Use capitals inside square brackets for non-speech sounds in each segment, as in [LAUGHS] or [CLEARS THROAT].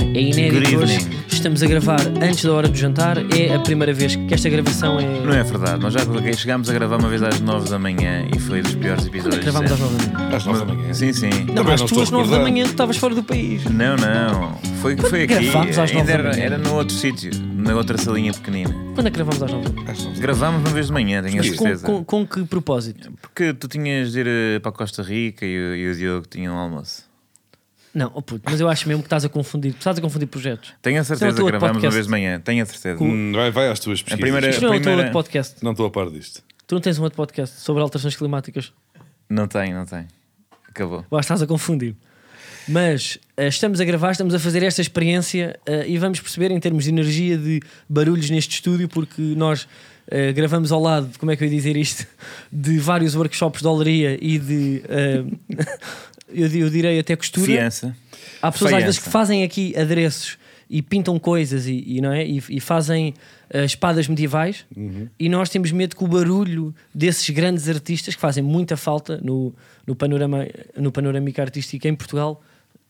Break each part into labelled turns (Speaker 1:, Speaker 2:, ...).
Speaker 1: É estamos a gravar antes da hora do jantar. É a primeira vez que esta gravação é.
Speaker 2: Não é verdade, nós já chegámos a gravar uma vez às 9 da manhã e foi dos piores
Speaker 1: Quando
Speaker 2: episódios.
Speaker 1: é que gravámos às nove
Speaker 2: sempre.
Speaker 1: da manhã?
Speaker 3: Às nove da manhã.
Speaker 2: Sim, sim.
Speaker 1: Não,
Speaker 3: Também
Speaker 1: às
Speaker 3: não estou
Speaker 1: tuas nove da
Speaker 3: recordado.
Speaker 1: manhã tu estavas fora do país.
Speaker 2: Não, não. Foi, foi aqui.
Speaker 1: gravámos às nove
Speaker 2: Ainda
Speaker 1: da
Speaker 2: era,
Speaker 1: manhã?
Speaker 2: era no outro sítio, na outra salinha pequenina.
Speaker 1: Quando é que gravámos às nove da manhã?
Speaker 3: Às nove da
Speaker 2: Gravámos uma vez de manhã, tenho a
Speaker 1: Mas com,
Speaker 2: certeza.
Speaker 1: com, com que propósito?
Speaker 2: Porque tu tinhas de ir eh, para a Costa Rica e, o- e o Diogo tinha um almoço.
Speaker 1: Não, oh puto, mas eu acho mesmo que estás a confundir. Estás a confundir projetos.
Speaker 2: Tenho a certeza
Speaker 1: outro
Speaker 2: que gravámos uma
Speaker 1: é podcast.
Speaker 2: vez de manhã, tenho a certeza.
Speaker 3: manhã. Hum, Vai, vai às tuas pesquisas.
Speaker 2: primeira-
Speaker 1: Isto não é o teu
Speaker 2: primeira-
Speaker 1: outro podcast.
Speaker 3: Não estou a par disto.
Speaker 1: Tu não tens um outro podcast sobre alterações climáticas.
Speaker 2: Não tem, não tem. Acabou.
Speaker 1: Lá estás a confundir. Mas eh, estamos a gravar, estamos a fazer esta experiência eh, e vamos perceber em termos de energia de barulhos neste estúdio, porque nós eh, gravamos ao lado, como é que eu ia dizer isto, de vários workshops de olaria e de. eh, [LAUGHS] eu, di- eu direi até costura.
Speaker 2: Fiança.
Speaker 1: Há pessoas às vezes
Speaker 2: Faiança.
Speaker 1: que fazem aqui adereços e pintam coisas e, e não é? e, e fazem eh, espadas medievais
Speaker 3: Uhum.
Speaker 1: e nós temos medo que o barulho desses grandes artistas que fazem muita falta no, no, panorama, no panorâmica artística em Portugal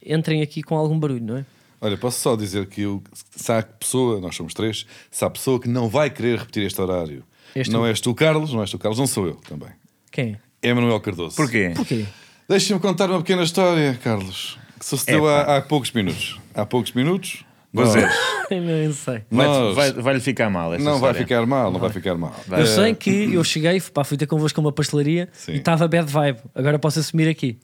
Speaker 1: entrem aqui com algum barulho, não é?
Speaker 3: Olha, posso só dizer que eu, se há pessoa, nós somos três, se há pessoa que não vai querer repetir este horário,
Speaker 1: És
Speaker 3: não
Speaker 1: tu.
Speaker 3: és tu, Carlos, não és tu, Carlos, não sou eu também.
Speaker 1: Quem? é?
Speaker 3: É Manuel Cardoso.
Speaker 2: Porquê?
Speaker 1: Porquê? [LAUGHS]
Speaker 3: Deixa-me contar uma pequena história, Carlos, que sucedeu
Speaker 2: Epá.
Speaker 3: há, há poucos minutos. Há poucos minutos? Nós-
Speaker 2: Vocês.
Speaker 1: Eu não sei.
Speaker 2: Vai-lhe
Speaker 3: Nós-
Speaker 2: vai, vai-lhe ficar mal esta
Speaker 3: Não vai
Speaker 2: história.
Speaker 3: ficar mal, não vai ficar mal.
Speaker 1: Eu sei que eu cheguei, pá, fui ter convosco a uma pastelaria
Speaker 3: Sim.
Speaker 1: e estava bad vibe. Agora posso assumir aqui.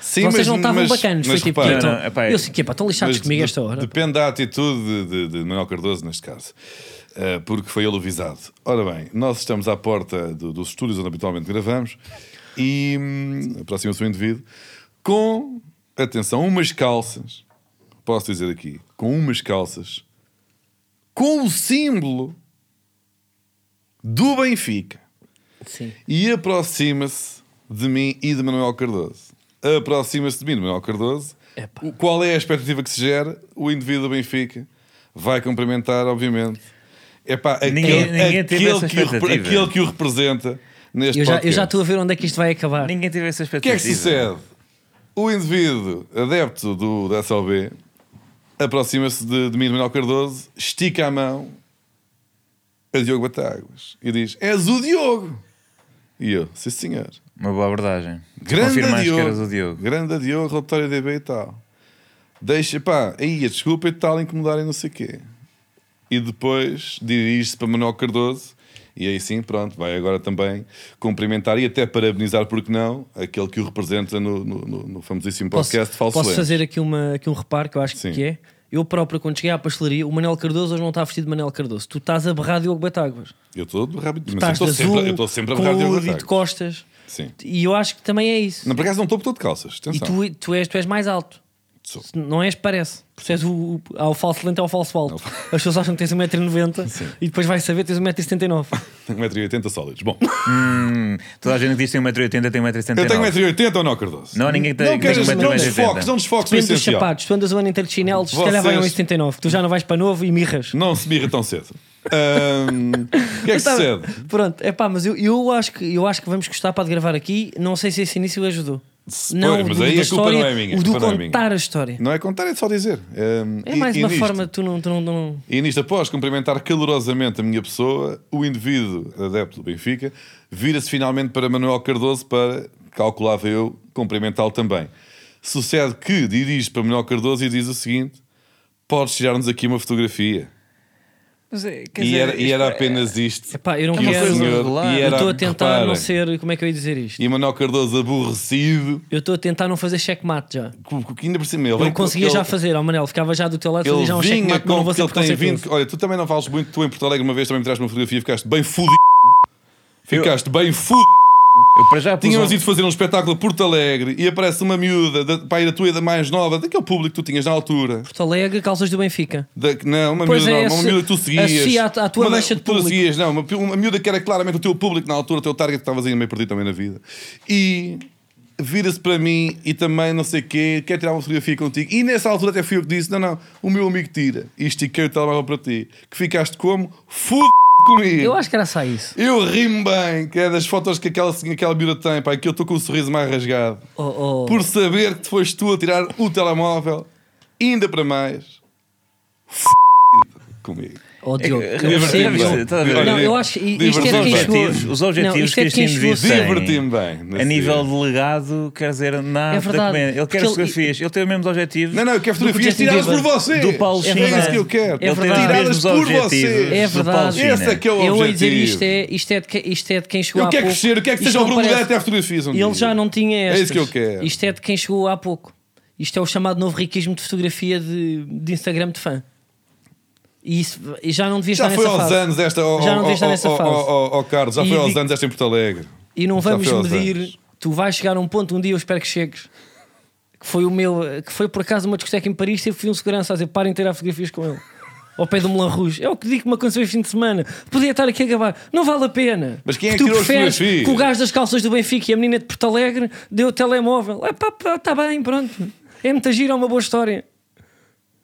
Speaker 3: Sim,
Speaker 1: Vocês
Speaker 3: mas-
Speaker 1: não estavam
Speaker 3: mas-
Speaker 1: bacanos. Foi
Speaker 3: mas
Speaker 1: tipo,
Speaker 3: repara,
Speaker 1: eu tô-
Speaker 2: Não, não, epá,
Speaker 1: eu sei que pá, estão lixados
Speaker 3: Mas
Speaker 1: comigo
Speaker 3: de-
Speaker 1: esta hora.
Speaker 3: Depende da atitude de, de, de Manuel Cardoso, neste caso, Eh, porque foi ele o visado. Ora bem, nós estamos à porta do- dos estúdios onde habitualmente gravamos e hum, aproxima-se um indivíduo com, atenção, umas calças, posso dizer aqui, com umas calças, com o símbolo do Benfica.
Speaker 1: Sim.
Speaker 3: E aproxima-se de mim e de Manuel Cardoso. Aproxima-se de mim, e de Manuel Cardoso.
Speaker 1: Epá.
Speaker 3: O- Qual é a expectativa que se gera? O indivíduo do Benfica vai cumprimentar, obviamente. Epá, aquele,
Speaker 2: Ninguém- ninguém teve
Speaker 3: aquele
Speaker 2: essa
Speaker 3: que o repre-
Speaker 2: expectativa.
Speaker 3: aquele que o representa neste
Speaker 1: Eu já, eu
Speaker 3: podcast.
Speaker 1: já estou a ver onde é que isto vai acabar.
Speaker 2: Ninguém teve essa
Speaker 3: O que
Speaker 2: expectativa.
Speaker 3: é que sucede? O indivíduo adepto do, da SLB aproxima-se de, de mim, e de Manuel Cardoso, estica a mão a Diogo Batáguas e diz: És o Diogo! E eu, sim senhor.
Speaker 2: Uma boa abordagem.
Speaker 3: Grande
Speaker 2: Confirmaste que
Speaker 3: Diogo.
Speaker 2: eras o Diogo.
Speaker 3: Grande Diogo, relatório DB e tal. Deixa, pá, aí a desculpa e tal, incomodarem não sei quê. E depois dirige-se para Manuel Cardoso e aí sim, pronto, vai agora também cumprimentar e até parabenizar, porque não, aquele que o representa no, no, no- no famosíssimo podcast de Falso
Speaker 1: posso
Speaker 3: Lento.
Speaker 1: fazer aqui, uma, aqui um reparo que eu acho
Speaker 3: Sim.
Speaker 1: que é. Eu próprio, quando cheguei à pastelaria, o Manel Cardoso hoje não está vestido de Manel Cardoso. Tu estás a berrar Diogo Batáguas.
Speaker 3: Eu estou de rápido, mas eu
Speaker 1: Estás de
Speaker 3: estou sempre,
Speaker 1: azul,
Speaker 3: eu estou sempre a
Speaker 1: com
Speaker 3: berrar Diogo
Speaker 1: o Udi de
Speaker 3: Batáguas.
Speaker 1: costas.
Speaker 3: Sim.
Speaker 1: E eu acho que também é isso.
Speaker 3: Não, por acaso não estou por todo de calças,
Speaker 1: e
Speaker 3: atenção.
Speaker 1: tu, é- tu, és, tu és mais alto.
Speaker 3: Sou.
Speaker 1: Se Não és, parece. Porque tu és o, o, há o falso lento, há o falso alto. As pessoas acham que tens 1,90m e depois vais saber que tens 1,79m.
Speaker 3: 1,80m sólidos. Bom,
Speaker 2: Toda a gente que diz que tem 1,80m tem 1,79m.
Speaker 3: eu tenho 1,80m ou não, Cardoso?
Speaker 2: Não, ninguém tem um
Speaker 3: não,
Speaker 1: um
Speaker 3: queres,
Speaker 2: tem
Speaker 3: não desfoques, não
Speaker 2: 1,80m.
Speaker 3: desfoques no
Speaker 1: Depende dos
Speaker 3: essencial.
Speaker 1: sapatos. Tu andas o ano inteiro de chinelos, se calhar vai a
Speaker 3: Vocês-
Speaker 1: 1,79m. Tu já não vais para novo e mirras.
Speaker 3: Não se mirra tão cedo. Ahm, O que é que
Speaker 1: Mas tá bem.
Speaker 3: sucede?
Speaker 1: Pronto, é pá, mas eu, eu, acho que, eu acho que vamos gostar para de gravar aqui. Não sei se esse início ajudou.
Speaker 3: Se- pois, mas aí a culpa não é minha, a
Speaker 1: O do
Speaker 3: culpa não é minha.
Speaker 1: contar a história.
Speaker 3: Não é contar, é só dizer. Ahm,
Speaker 1: É
Speaker 3: e-
Speaker 1: mais
Speaker 3: e
Speaker 1: uma
Speaker 3: nisto-
Speaker 1: forma de tu não. Tu não, tu não...
Speaker 3: E nisto, após cumprimentar calorosamente a minha pessoa, o indivíduo adepto do Benfica vira-se finalmente para Manuel Cardoso para, calculava eu, cumprimentá-lo também. Sucede que dirige para Manuel Cardoso e diz o seguinte: Podes tirar-nos aqui uma fotografia. E era, e era apenas isto.
Speaker 1: é- Epá, eu não
Speaker 3: que o
Speaker 1: quero-
Speaker 3: senhor-
Speaker 2: regular.
Speaker 3: e
Speaker 1: Eu
Speaker 3: era-
Speaker 1: estou a tentar não
Speaker 3: reparem,
Speaker 1: ser. Como é que eu ia dizer isto?
Speaker 3: E Manuel Cardoso aborrecido,
Speaker 1: Eu estou a tentar não fazer checkmate já.
Speaker 3: que- que ainda por cima ele.
Speaker 1: Eu
Speaker 3: vem
Speaker 1: não
Speaker 3: com
Speaker 1: conseguia já
Speaker 3: aquele-
Speaker 1: fazer, ó Manel, ficava já do teu lado,
Speaker 3: Ele
Speaker 1: fazia já um
Speaker 3: vinha
Speaker 1: checkmate, mas não
Speaker 3: com
Speaker 1: vou
Speaker 3: que
Speaker 1: ser
Speaker 3: ele tem vindo.
Speaker 1: preconceituoso.
Speaker 3: Olha, tu também não vales muito. Tu em Porto Alegre uma vez também me tiraste uma fotografia e ficaste bem fudido. Ficaste bem fudido.
Speaker 2: Eu para já pus
Speaker 3: Tínhamos
Speaker 2: um-
Speaker 3: ido fazer um espetáculo a Porto Alegre e aparece uma miúda, da, pai da tua e da mais nova, daquele público que tu tinhas na altura.
Speaker 1: Porto Alegre, calças do Benfica.
Speaker 3: Da- não, uma
Speaker 1: Pois
Speaker 3: miúda,
Speaker 1: é,
Speaker 3: não, uma
Speaker 1: associa-
Speaker 3: miúda que tu seguias.
Speaker 1: associa à- à tua
Speaker 3: Uma da-
Speaker 1: mancha de
Speaker 3: que tu
Speaker 1: público.
Speaker 3: seguias, não, uma, uma miúda que era claramente o teu público na altura, o teu target, que estavas ainda meio perdido também na vida. E vira-se para mim e também não sei o quê, quer tirar uma fotografia contigo. E nessa altura até fui eu que disse: não, não, o meu amigo tira. E estiquei o telemóvel para ti. Que ficaste como? Fude comigo.
Speaker 1: Eu acho que era só isso.
Speaker 3: Eu rimo bem, que é das fotos que aquela, que aquela miúda tem, pá, que eu estou com o sorriso mais rasgado.
Speaker 1: Oh, oh.
Speaker 3: Por saber que foste tu a tirar o telemóvel, ainda para mais. F***ido. comigo.
Speaker 1: Oh, Diogo,
Speaker 2: É que-
Speaker 1: eu percebo.
Speaker 2: divertido,
Speaker 1: Não,
Speaker 2: estás a ver?
Speaker 1: Não,
Speaker 3: Olha,
Speaker 1: eu acho que i- isto é de
Speaker 3: divertido,
Speaker 1: quem
Speaker 3: divertido.
Speaker 1: chegou.
Speaker 2: Objetivos- os
Speaker 1: Não,
Speaker 2: objetivos
Speaker 1: isto é
Speaker 2: que
Speaker 1: de quem
Speaker 2: este
Speaker 1: chegou-
Speaker 2: indivíduo
Speaker 3: Diverti-me
Speaker 2: tem
Speaker 3: bem. nesse
Speaker 2: a nível
Speaker 3: dia.
Speaker 2: delegado, quer dizer, nada
Speaker 1: É verdade,
Speaker 2: da comédia. Ele
Speaker 1: porque
Speaker 2: quer
Speaker 1: ele-
Speaker 2: fotografias, ele tem os mesmos objetivos.
Speaker 3: Não, não, eu quero
Speaker 1: Do
Speaker 3: fotografias
Speaker 1: Justin
Speaker 3: tiradas por
Speaker 1: Bieber.
Speaker 3: vocês.
Speaker 2: Do Paulo
Speaker 3: é
Speaker 2: China.
Speaker 3: isso que eu quero.
Speaker 1: É verdade.
Speaker 3: Tiradas
Speaker 2: Tiradas
Speaker 3: por vocês.
Speaker 1: É verdade.
Speaker 3: Esse é que é o
Speaker 1: Eu a dizer
Speaker 3: objetivo.
Speaker 1: isto é, isto, é de, que- isto é de quem chegou
Speaker 3: Eu
Speaker 1: há
Speaker 3: quero
Speaker 1: pouco.
Speaker 3: crescer, eu quero
Speaker 1: Isto
Speaker 3: que seja o
Speaker 1: não
Speaker 3: Bruno
Speaker 1: parece-
Speaker 3: Guedes até fotografias um
Speaker 1: Ele
Speaker 3: dia.
Speaker 1: já não tinha
Speaker 3: É
Speaker 1: estas.
Speaker 3: isso que eu quero.
Speaker 1: Isto é de quem chegou há pouco. Isto é o chamado novo riquismo de fotografia de, de Instagram de fã. E isso e já não devia
Speaker 3: Já
Speaker 1: estar
Speaker 3: foi
Speaker 1: nessa
Speaker 3: aos
Speaker 1: fase.
Speaker 3: anos esta. ó,
Speaker 1: Já não
Speaker 3: ó,
Speaker 1: devia estar
Speaker 3: ó,
Speaker 1: nessa
Speaker 3: ó,
Speaker 1: fase.
Speaker 3: ó, ó, ó, Carlos, já
Speaker 1: E
Speaker 3: foi aos
Speaker 1: digo-
Speaker 3: anos esta em Porto Alegre.
Speaker 1: E não
Speaker 3: Já
Speaker 1: vamos
Speaker 3: foi aos
Speaker 1: medir.
Speaker 3: anos.
Speaker 1: Tu vais chegar a um ponto, um dia eu espero que chegues. Que foi o meu, que foi por acaso uma discoteca em Paris e eu fui um segurança a dizer parem de tirar fotografias com ele. Ao pé do Moulin Rouge. É o que digo que me aconteceu este fim de semana. Podia estar aqui a acabar. Não vale a pena.
Speaker 3: Mas quem é
Speaker 1: Porque tu
Speaker 3: que tirou as
Speaker 1: preferes
Speaker 3: fotografias?
Speaker 1: que o gajo das calças do Benfica e a menina de Porto Alegre deu o telemóvel. É pá, pá, tá bem, pronto. É muito giro, é uma boa história.
Speaker 3: Lá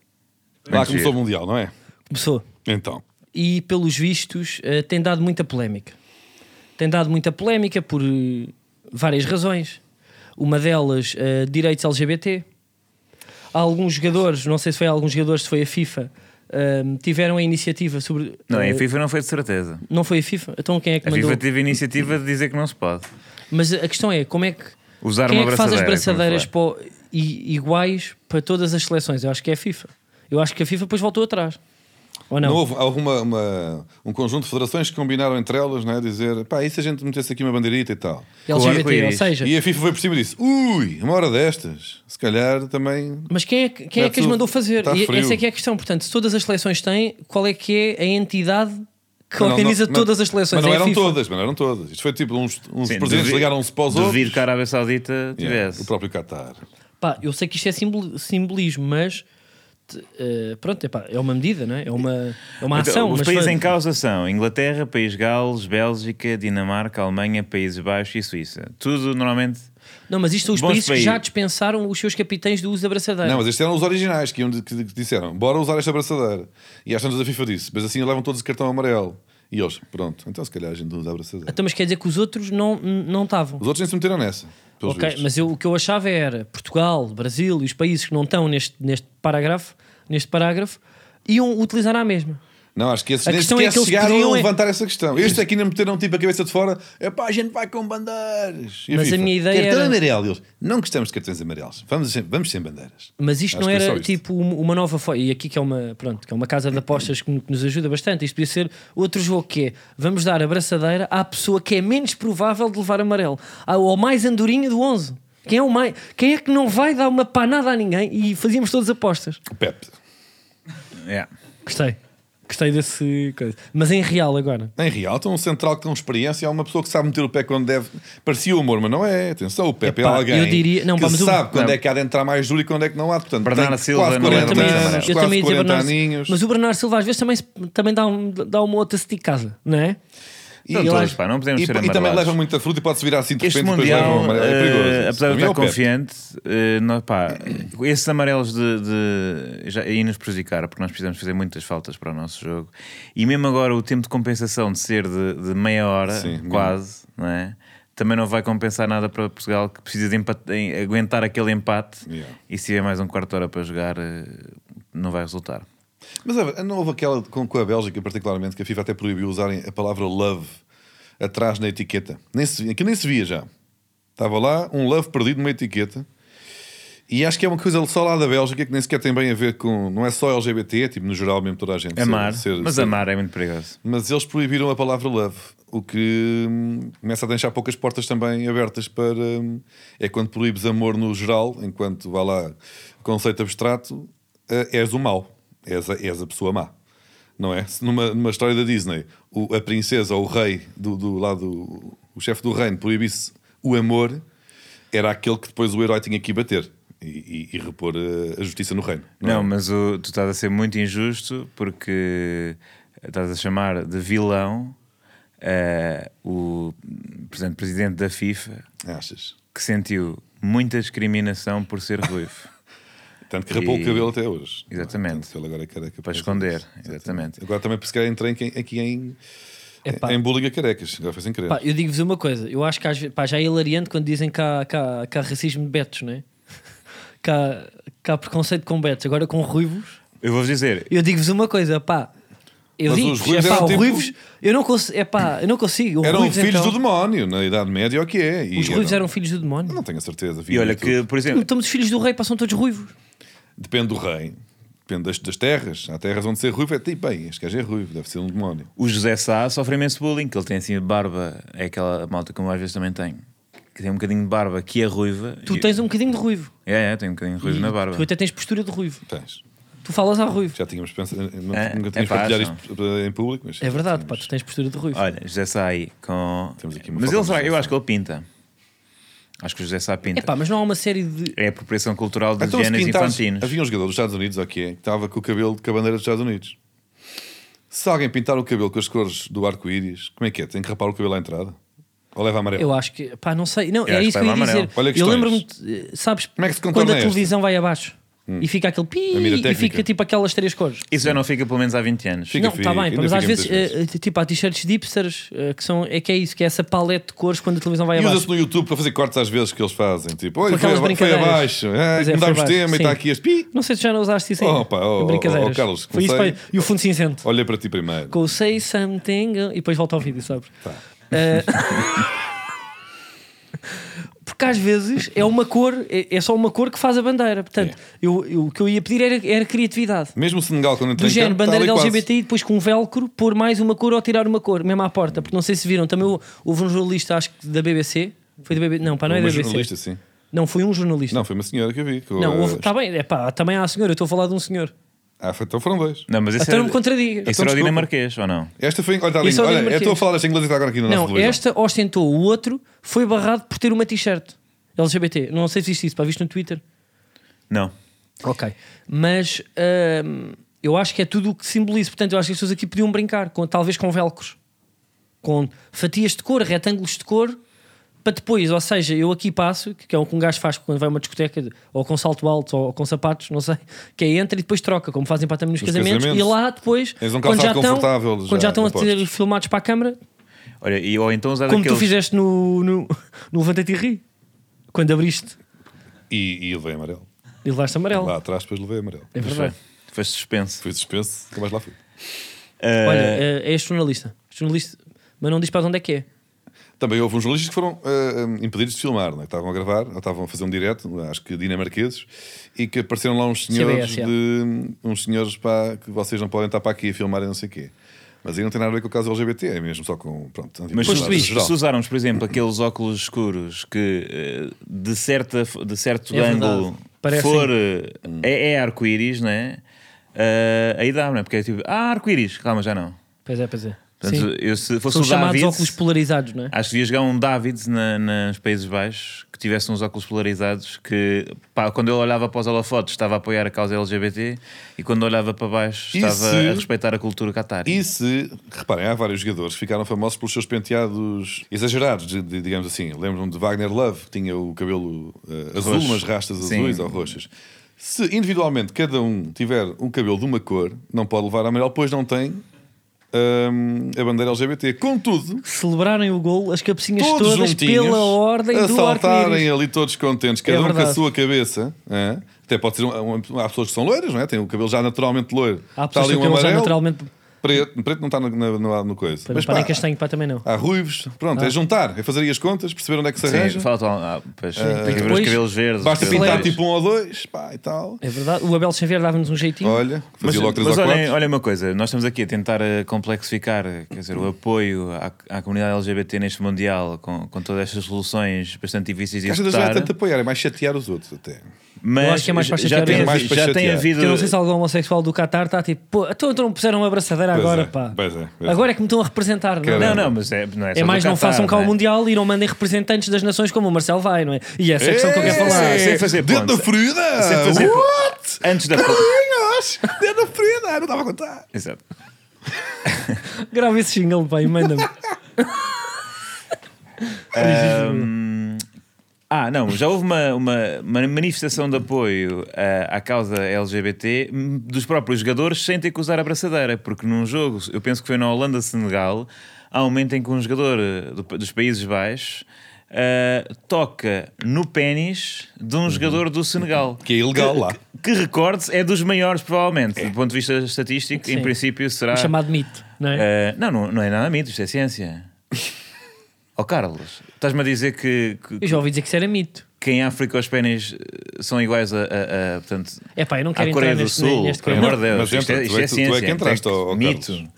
Speaker 2: Mentira.
Speaker 3: começou o Mundial, não é?
Speaker 1: Começou.
Speaker 3: Então.
Speaker 1: e pelos vistos eh, tem dado muita polémica. Tem dado muita polémica por eh, várias razões. Uma delas, eh, direitos LGBT. Há alguns jogadores, não sei se foi a alguns jogadores, se foi a FIFA, eh, tiveram a iniciativa sobre.
Speaker 2: Não,
Speaker 1: eh,
Speaker 2: a FIFA não foi de certeza.
Speaker 1: não foi a FIFA? Então quem é que
Speaker 2: A
Speaker 1: mandou?
Speaker 2: FIFA teve a iniciativa de dizer que não se pode.
Speaker 1: Mas a questão é, como é que.
Speaker 2: Usar
Speaker 1: quem
Speaker 2: uma
Speaker 1: é que faz as
Speaker 2: braçadeira,
Speaker 1: braçadeiras pó- i- iguais para todas as seleções? Eu acho que é a FIFA. Eu acho que a FIFA depois voltou atrás. Ou
Speaker 3: Não
Speaker 1: não?
Speaker 3: houve alguma, uma- um conjunto de federações que combinaram entre elas, não é? Dizer, pá, e se a gente metesse aqui uma bandeirita e tal?
Speaker 1: LGBT, ou
Speaker 2: arco-íris.
Speaker 1: seja,
Speaker 3: E a FIFA foi por cima e disse, ui, uma hora destas, se calhar também...
Speaker 1: Mas quem é, que- quem é
Speaker 3: Mete
Speaker 1: que as
Speaker 3: tudo.
Speaker 1: mandou fazer?
Speaker 3: Tá
Speaker 1: E
Speaker 3: frio.
Speaker 1: essa é que é a questão. Portanto, se todas as seleções têm, qual é que é a entidade que
Speaker 3: Mas não-
Speaker 1: organiza
Speaker 3: mas-
Speaker 1: todas as seleções?
Speaker 3: Mas não
Speaker 1: É a
Speaker 3: eram
Speaker 1: FIFA.
Speaker 3: todas, mas não eram todas. Isto foi tipo uns, uns
Speaker 2: Sim,
Speaker 3: presidentes
Speaker 2: duvi-
Speaker 3: ligaram-se para os
Speaker 2: Duvido
Speaker 3: outros.
Speaker 2: que a Arábia Saudita
Speaker 3: Yeah,
Speaker 2: tivesse.
Speaker 3: o próprio Qatar.
Speaker 1: Pá, eu sei que isto é simbol- simbolismo, mas te- eh, pronto, epá, é uma medida, não é? É uma, é uma
Speaker 2: Então,
Speaker 1: ação.
Speaker 2: os
Speaker 1: mas
Speaker 2: países
Speaker 1: foi-
Speaker 2: em causa são Inglaterra, País Gales, Bélgica, Dinamarca, Alemanha, Países Baixos e Suíça. Tudo normalmente.
Speaker 1: Não, mas isto são os
Speaker 2: Bons
Speaker 1: países que
Speaker 2: países.
Speaker 1: já dispensaram os seus capitães do uso da braçadeira.
Speaker 3: Não, mas estes eram os originais que, iam, que disseram, bora usar esta abraçadeira. E às tantas a FIFA disse, mas assim levam todos o cartão amarelo. E eles, pronto, então se calhar a gente usa a abraçadeira.
Speaker 1: Então, mas quer dizer que os outros não não estavam.
Speaker 3: Os outros nem se meteram nessa, pelos
Speaker 1: Ok,
Speaker 3: vistos.
Speaker 1: mas eu- o que eu achava era Portugal, Brasil e os países que não estão neste, neste parágrafo, neste parágrafo, iam utilizar a mesma.
Speaker 3: Não, acho que esses
Speaker 1: A
Speaker 3: nem
Speaker 1: questão
Speaker 3: sequer
Speaker 1: é que eles
Speaker 3: chegaram
Speaker 1: podiam
Speaker 3: a
Speaker 1: é-
Speaker 3: levantar essa questão. Estes aqui ainda meteram tipo a cabeça de fora. É pá, a gente vai com bandeiras. E
Speaker 1: Mas a
Speaker 3: FIFA,
Speaker 1: minha ideia
Speaker 3: Cartão
Speaker 1: era-
Speaker 3: amarelo. E Eles, não gostamos de cartões amarelos. Vamos sem, vamos sem bandeiras.
Speaker 1: Mas isto
Speaker 3: Acho
Speaker 1: não
Speaker 3: que é
Speaker 1: era
Speaker 3: só isto.
Speaker 1: tipo um- uma nova forma. E aqui que é uma, pronto, que é uma casa de apostas que, que nos ajuda bastante. Isto podia ser outro jogo que é vamos dar a braçadeira à pessoa que é menos provável de levar amarelo, ao ao mais andorinha do 11. Quem é, o mais, quem é que não vai dar uma panada a ninguém? E fazíamos todas apostas.
Speaker 3: O Pepe.
Speaker 2: Yeah.
Speaker 1: Gostei. Gostei desse coisa. Mas em real agora.
Speaker 3: Em real, tem um central que tem experiência. Há uma pessoa que sabe meter o pé quando deve. Parecia o amor, mas não é. Atenção, o Pepe
Speaker 1: Epá,
Speaker 3: é alguém
Speaker 1: eu diria- não,
Speaker 3: que
Speaker 1: vamos-
Speaker 3: sabe quando
Speaker 2: não.
Speaker 3: é que há de entrar mais duro e quando é que não há. Portanto,
Speaker 2: Bernardo
Speaker 3: tem
Speaker 2: Silva
Speaker 3: quase
Speaker 2: não é
Speaker 3: 40
Speaker 2: também-
Speaker 3: anos,
Speaker 2: eu
Speaker 3: quase 40
Speaker 1: Bernardo-
Speaker 3: aninhos.
Speaker 1: mas o Bernardo Silva às vezes também, se- também dá, um- dá uma outra esticada, não é?
Speaker 3: E,
Speaker 2: Então,
Speaker 3: e-
Speaker 2: todos, pá, não podemos
Speaker 3: e,
Speaker 2: ser
Speaker 3: e também
Speaker 2: amarelados.
Speaker 3: leva muita fruta e pode-se virar assim de
Speaker 2: Este
Speaker 3: repente e depois leva um
Speaker 2: Mundial,
Speaker 3: amarelo.
Speaker 2: eh,
Speaker 3: É
Speaker 2: apesar de
Speaker 3: perigoso.
Speaker 2: eu
Speaker 3: Para mim é
Speaker 2: estar
Speaker 3: o Pepe.
Speaker 2: confiante, eh, nós, pá, esses amarelos de, de- já ia nos prejudicar, porque nós precisamos fazer muitas faltas para o nosso jogo. E mesmo agora o tempo de compensação de ser de, de meia hora,
Speaker 3: Sim,
Speaker 2: quase, não é? também não vai compensar nada para Portugal, que precisa de empate- em- aguentar aquele empate.
Speaker 3: Yeah.
Speaker 2: E se tiver mais um quarto de hora para jogar, eh, não vai resultar.
Speaker 3: Mas olha, não houve aquela com, com a Bélgica, particularmente, que a FIFA até proibiu usarem a palavra love atrás na etiqueta. Nem se, via- aquilo nem se via já. Estava lá um love perdido numa etiqueta. E acho que é uma coisa só lá da Bélgica que nem sequer tem bem a ver com. Não é só LGBT, tipo, no geral mesmo toda a gente. ser-
Speaker 2: Amar,
Speaker 3: ser-
Speaker 2: mas
Speaker 3: ser-
Speaker 2: amar é muito perigoso.
Speaker 3: Mas eles proibiram a palavra love, o que hum, começa a deixar poucas portas também abertas para. hum, é quando proíbes amor no geral, enquanto vá lá, conceito abstrato, eh, és o mau, és a, és a pessoa má. Não é? Se numa, numa história da Disney, o- a princesa ou o rei, do, do lado, o chefe do reino, proibisse o amor, era aquele que depois o herói tinha que ir bater e, e- e repor eh, a, justiça no reino. não é?
Speaker 2: Não, mas o- tu estás a ser muito injusto porque estás a chamar de vilão eh, o portanto, presidente da FIFA
Speaker 3: Achas?
Speaker 2: que sentiu muita discriminação por
Speaker 1: [LAUGHS]
Speaker 2: ser ruivo.
Speaker 3: Tanto que rapou
Speaker 2: E-
Speaker 3: o cabelo até hoje.
Speaker 2: Exatamente.
Speaker 3: Tanto que ele agora é careca. por
Speaker 2: Para
Speaker 3: causa
Speaker 2: esconder,
Speaker 3: disso.
Speaker 2: exatamente.
Speaker 3: Agora também se calhar entrei em- aqui em,
Speaker 1: Epá.
Speaker 3: em bullying a carecas. Agora foi sem querer.
Speaker 1: Pá, eu digo-vos uma coisa, eu acho que às vezes, pá, já é hilariante quando dizem que há, que há- que há racismo de betos, não é? [LAUGHS] Que há, que há preconceito com betos, agora com ruivos.
Speaker 2: Eu vou-vos dizer,
Speaker 1: Eu digo-vos uma coisa, pá, Eu
Speaker 3: Mas
Speaker 1: digo,
Speaker 3: os ruivos
Speaker 1: é pá,
Speaker 3: eram
Speaker 1: o
Speaker 3: tipo-
Speaker 1: Ruivos, eu não consigo, é pá, eu não consigo. O
Speaker 3: Eram
Speaker 1: Ruivos,
Speaker 3: filhos
Speaker 1: então,
Speaker 3: do demónio, na Idade Média, ou o que é? E um-
Speaker 1: Os ruivos eram filhos do demónio.
Speaker 3: Não tenho a certeza. vi
Speaker 2: E olha
Speaker 3: muito.
Speaker 2: que, por exemplo,
Speaker 1: Estamos os filhos do rei, passam todos ruivos.
Speaker 3: Depende do rei. Depende das, das terras. Há terras onde ser ruivo é tipo, bem, este gajo é ruivo, deve ser um demónio.
Speaker 2: o José Sá sofre imenso bullying, que ele tem assim barba, é aquela malta que eu às vezes também tenho, que tem um bocadinho de barba, que é ruiva.
Speaker 1: Tu
Speaker 2: e-
Speaker 1: tens um bocadinho de ruivo.
Speaker 2: É, é, tem um bocadinho de ruivo
Speaker 1: E
Speaker 2: na barba.
Speaker 1: Tu até tens postura de ruivo.
Speaker 3: Tens.
Speaker 1: Tu falas ao ruivo.
Speaker 3: Já tínhamos pensado. Não,
Speaker 2: É,
Speaker 3: nunca
Speaker 2: é
Speaker 3: tínhamos
Speaker 2: pá,
Speaker 3: partilhado
Speaker 2: acham.
Speaker 3: isto eh, em público, mas.
Speaker 1: É verdade, pá,
Speaker 3: tínhamos.
Speaker 1: tu tens postura de ruivo.
Speaker 2: Olha, José Sá aí com.
Speaker 3: Temos aqui uma
Speaker 2: Mas
Speaker 3: foto
Speaker 2: ele
Speaker 3: do
Speaker 2: será,
Speaker 3: José
Speaker 2: eu
Speaker 3: Sá.
Speaker 2: acho que ele pinta. Acho que o José Sá pinta.
Speaker 1: É pá, mas não há uma série de.
Speaker 2: É a apropriação cultural de
Speaker 3: Então, se
Speaker 2: genes
Speaker 3: pintares,
Speaker 2: infantinos.
Speaker 3: havia um jogador dos Estados Unidos, ok, que estava com o cabelo de cabandeira dos Estados Unidos. Se alguém pintar o cabelo com as cores do arco-íris, como é que é? Tem que rapar o cabelo à entrada? Ou leva amarelo?
Speaker 1: Eu acho que. Pá, não sei. Não,
Speaker 2: Eu
Speaker 1: é
Speaker 2: acho
Speaker 1: isso
Speaker 2: que
Speaker 1: que eu ia
Speaker 2: vai amarelo.
Speaker 1: dizer.
Speaker 3: Olha que
Speaker 1: eu
Speaker 3: questões.
Speaker 1: lembro-me. de- eh, Sabes?
Speaker 3: Como é que se contorna
Speaker 1: quando a
Speaker 3: esta?
Speaker 1: televisão vai abaixo e fica aquele pi
Speaker 3: A mira
Speaker 1: e
Speaker 3: técnica.
Speaker 1: fica tipo aquelas três cores.
Speaker 2: Isso já não fica pelo menos há 20 anos.
Speaker 3: Fica
Speaker 1: não,
Speaker 3: fi-
Speaker 1: está bem,
Speaker 3: ainda
Speaker 1: mas às
Speaker 3: fica
Speaker 1: vezes,
Speaker 3: muitas
Speaker 1: eh, eh, tipo, há t-shirts hipsters eh, que são. É que é isso, que é essa paleta de cores quando a televisão vai
Speaker 3: E
Speaker 1: abaixo.
Speaker 3: usa-se no YouTube para fazer cortes às vezes que eles fazem. Tipo, olha, foi,
Speaker 1: aquelas
Speaker 3: aba- foi
Speaker 1: brincadeiras.
Speaker 3: abaixo, é,
Speaker 1: Pois é,
Speaker 3: mudámos
Speaker 1: foi abaixo,
Speaker 3: tema e
Speaker 1: sim.
Speaker 3: está aqui as pi.
Speaker 1: Não sei se já não usaste isso aí.
Speaker 3: Opa, oh,
Speaker 1: em brincadeiras.
Speaker 3: oh, oh, Carlos,
Speaker 1: foi isso,
Speaker 3: comecei-
Speaker 1: foi- E o fundo cinzento.
Speaker 3: Olhei para ti primeiro.
Speaker 1: Go say something e depois volta ao vídeo, sabes? Eh, [LAUGHS] porque às vezes é uma cor, é, é só uma cor que faz a bandeira. Portanto, eu, eu- o que eu ia pedir era, era criatividade.
Speaker 3: Mesmo o Senegal, quando entra
Speaker 1: Do
Speaker 3: em
Speaker 1: género,
Speaker 3: campo, está
Speaker 1: bandeira
Speaker 3: Então, tá ali
Speaker 1: LGBTI, depois com um velcro, pôr mais uma cor ou tirar uma cor, mesmo à porta. Porque não sei se viram, também hou- houve um jornalista, acho que da BBC. Foi da BBC? Não, pá, não
Speaker 3: quase.
Speaker 1: é
Speaker 3: Uma
Speaker 1: da BBC.
Speaker 3: jornalista, sim.
Speaker 1: Não, foi um jornalista.
Speaker 3: Não, foi uma senhora que eu vi. com
Speaker 1: Não,
Speaker 3: a-
Speaker 1: houve, está bem, é pá, também há a senhora, eu estou a falar de um senhor.
Speaker 3: Ah, foi- então foram dois.
Speaker 2: Não, mas isso é
Speaker 1: Até
Speaker 2: era,
Speaker 1: não me contradigas.
Speaker 2: isso era
Speaker 3: Então,
Speaker 2: o
Speaker 3: desculpa.
Speaker 2: dinamarquês, ou não?
Speaker 3: Esta foi. Olha, está ali-
Speaker 1: Isso é o
Speaker 3: olha,
Speaker 1: dinamarquês.
Speaker 3: eu estou a falar desta inglesa que está agora aqui no nosso
Speaker 1: Não,
Speaker 3: televisão.
Speaker 1: esta ostentou, o outro foi barrado por ter uma t-shirt LGBT. Não sei se viste isso, pá, viste no Twitter.
Speaker 2: Não.
Speaker 1: Ok. Mas hum, eu acho que é tudo o que simboliza. Portanto, eu acho que as pessoas aqui podiam brincar, com, talvez com velcros, com fatias de cor, retângulos de cor, para depois, ou seja, eu aqui passo, que é o que um gajo faz quando vai a uma discoteca, ou com salto alto, ou com sapatos, não sei, [LAUGHS] que é entra e depois troca, como fazem para também nos,
Speaker 3: Nos
Speaker 1: casamentos,
Speaker 3: casamentos.
Speaker 1: e lá depois,
Speaker 3: Eles vão
Speaker 1: quando já,
Speaker 3: calçar
Speaker 1: estão,
Speaker 3: confortável,
Speaker 1: quando
Speaker 3: já,
Speaker 1: já estão a
Speaker 3: apostos.
Speaker 1: ser filmados para a câmara,
Speaker 2: Olha, e, ou então usar
Speaker 1: como tu
Speaker 2: aqueles-
Speaker 1: fizeste no, no, no Levanta-te e Ri, quando abriste
Speaker 3: E, e levei amarelo.
Speaker 1: e levaste amarelo.
Speaker 3: Lá atrás, depois levei amarelo.
Speaker 1: É verdade.
Speaker 2: Foste suspenso.
Speaker 3: Fui suspenso, nunca mais lá fui.
Speaker 2: Ah,
Speaker 1: Olha, é este jornalista. Este jornalista, mas não diz para onde é que é.
Speaker 3: Também houve uns jornalistas que foram ah, ah, impedidos de filmar, não é? Que estavam a gravar, ou estavam a fazer um direto, acho que dinamarqueses, e que apareceram lá uns senhores,
Speaker 1: CBS, é.
Speaker 3: de, uns senhores pá, que vocês não podem estar para aqui a filmar e não sei o quê. Mas aí não tem nada a ver com o caso LGBT, é mesmo só com. Pronto,
Speaker 2: Mas
Speaker 1: Pois
Speaker 2: se,
Speaker 1: tu viste.
Speaker 2: se usarmos, por exemplo, aqueles óculos escuros que eh, de, certa, f- de certo
Speaker 1: É verdade.
Speaker 2: ângulo
Speaker 1: Parecem-
Speaker 2: for eh, é, é arco-íris, não é? Ah, aí dá, não é? Porque é tipo, ah, arco-íris, calma, já não.
Speaker 1: Pois é, pois é.
Speaker 2: Portanto,
Speaker 1: Sim.
Speaker 2: eu se fosse
Speaker 1: São
Speaker 2: o
Speaker 1: chamados
Speaker 2: David,
Speaker 1: óculos polarizados, não é?
Speaker 2: acho que devia jogar um David na, nos Países Baixos que tivesse uns óculos polarizados que, pá, quando ele olhava para os holofotes estava a apoiar a causa LGBT e quando olhava para baixo
Speaker 3: E
Speaker 2: estava
Speaker 3: se-
Speaker 2: a respeitar a cultura catária.
Speaker 3: E se, reparem, há vários jogadores que ficaram famosos pelos seus penteados exagerados, de- de- digamos assim. Lembro-me de Wagner Love, que tinha o cabelo eh, azul,
Speaker 2: Roxo.
Speaker 3: umas rastas
Speaker 2: Sim.
Speaker 3: azuis ou roxas. Se individualmente cada um tiver um cabelo de uma cor, não pode levar amarelo, pois não tem ahm, a bandeira LGBT. Contudo,
Speaker 1: Celebrarem o gol, as cabecinhas
Speaker 3: todos
Speaker 1: todas
Speaker 3: juntinhos,
Speaker 1: pela ordem do
Speaker 3: assaltarem
Speaker 1: arco-íris.
Speaker 3: ali todos contentes, cada
Speaker 1: É
Speaker 3: um com
Speaker 1: verdade.
Speaker 3: a sua cabeça. hã? Até pode ser, um, um- há pessoas que são loiras, não é? Têm o cabelo já naturalmente loiro.
Speaker 1: Há
Speaker 3: Está
Speaker 1: pessoas
Speaker 3: ali
Speaker 1: que
Speaker 3: um
Speaker 1: o cabelo já
Speaker 3: amarelo,
Speaker 1: naturalmente.
Speaker 3: Preto, preto não está no, na- no, no coisa.
Speaker 1: Para,
Speaker 3: Mas
Speaker 1: para
Speaker 3: pá,
Speaker 1: nem castanho, Ah. para também não.
Speaker 3: há ruivos, pronto, é juntar, é fazer aí as contas, perceber onde é que se
Speaker 2: Sim,
Speaker 3: arranja.
Speaker 2: faltam. Ah, pois, tem que ver os
Speaker 1: depois-
Speaker 2: cabelos verdes. os
Speaker 3: Basta
Speaker 2: cabelos
Speaker 3: pintar
Speaker 2: verdes.
Speaker 3: tipo um ou dois, pá, e tal.
Speaker 1: É verdade. O Abel Xavier dava-nos um jeitinho.
Speaker 3: Olha,
Speaker 2: Mas,
Speaker 3: fazia logo três ou
Speaker 2: mas olhem,
Speaker 3: quatro.
Speaker 2: olhem uma coisa, nós estamos aqui a tentar eh, complexificar eh, quer dizer, o apoio à, à comunidade LGBT neste Mundial com, com todas estas soluções bastante difíceis de
Speaker 3: Às vezes não é
Speaker 2: executar,
Speaker 3: tanto apoiar, é mais chatear os outros até.
Speaker 2: mas
Speaker 1: Eu acho que é mais para
Speaker 2: já,
Speaker 1: chatear os
Speaker 2: tem,
Speaker 3: outros.
Speaker 2: havido- já tem
Speaker 3: Porque
Speaker 2: havido
Speaker 1: Que eu não sei se algum homossexual do Qatar está tipo, pô, então então não puseram uma abraçadeira
Speaker 3: Pois
Speaker 1: agora,
Speaker 3: é,
Speaker 1: pá.
Speaker 3: pois é, pois é.
Speaker 1: agora é que me estão a representar, não é?
Speaker 3: Caramba.
Speaker 2: não, não, mas é, não é, só
Speaker 1: É
Speaker 2: do
Speaker 1: mais, não
Speaker 2: Qatar,
Speaker 1: façam cá
Speaker 2: não
Speaker 1: o
Speaker 2: é?
Speaker 1: Mundial e não mandem representantes das nações como o Marcelo vai, não é? E essa é a questão que eu quero
Speaker 3: Ei,
Speaker 1: falar.
Speaker 2: Sem fazer
Speaker 3: Dentro
Speaker 2: pontos.
Speaker 3: da ferida!
Speaker 2: Sem fazer pontos.
Speaker 3: What?
Speaker 2: Antes da.
Speaker 1: [LAUGHS]
Speaker 3: Caralhos! Dentro da ferida! Não estava a contar.
Speaker 2: Exato.
Speaker 1: Grava esse jingle, pai,
Speaker 2: [LAUGHS]
Speaker 1: manda-me. é
Speaker 2: Ehm, Ahm, ah, não, já houve uma, uma- uma manifestação de apoio eh, à causa LGBT hum, dos próprios jogadores sem ter que usar a abraçadeira, porque num jogo, ah, eu penso que foi na Holanda-Senegal, há um momento em que um jogador eh, do- dos Países Baixos ah, toca no pênis de
Speaker 1: Uhum.
Speaker 2: um jogador do Senegal.
Speaker 3: Que é ilegal lá.
Speaker 2: Que, recordes é dos maiores, provavelmente. Do ponto de vista estatístico, em
Speaker 1: É. Sim.
Speaker 2: princípio será.
Speaker 1: O chamado mito, não é?
Speaker 2: Ah, não, não, não ah. é nada mito, isto
Speaker 1: [LAUGHS]
Speaker 2: é ciência. Ó Carlos, estás-me a dizer que, que-
Speaker 1: Eu já ouvi dizer que isso era mito.
Speaker 2: que em África os pênis eh, são iguais a, a- a, portanto,
Speaker 1: É pá, eu não quero
Speaker 2: à Coreia
Speaker 1: entrar
Speaker 2: do
Speaker 1: neste,
Speaker 2: Sul?
Speaker 1: neste
Speaker 2: Pelo
Speaker 1: coisa.
Speaker 2: amor de Deus,
Speaker 3: mas
Speaker 2: isto, é,
Speaker 3: entra,
Speaker 2: isto
Speaker 3: tu é-
Speaker 2: é
Speaker 3: tu é
Speaker 2: ciência.
Speaker 3: que entraste,
Speaker 2: tem-
Speaker 3: ó- ó
Speaker 2: mito.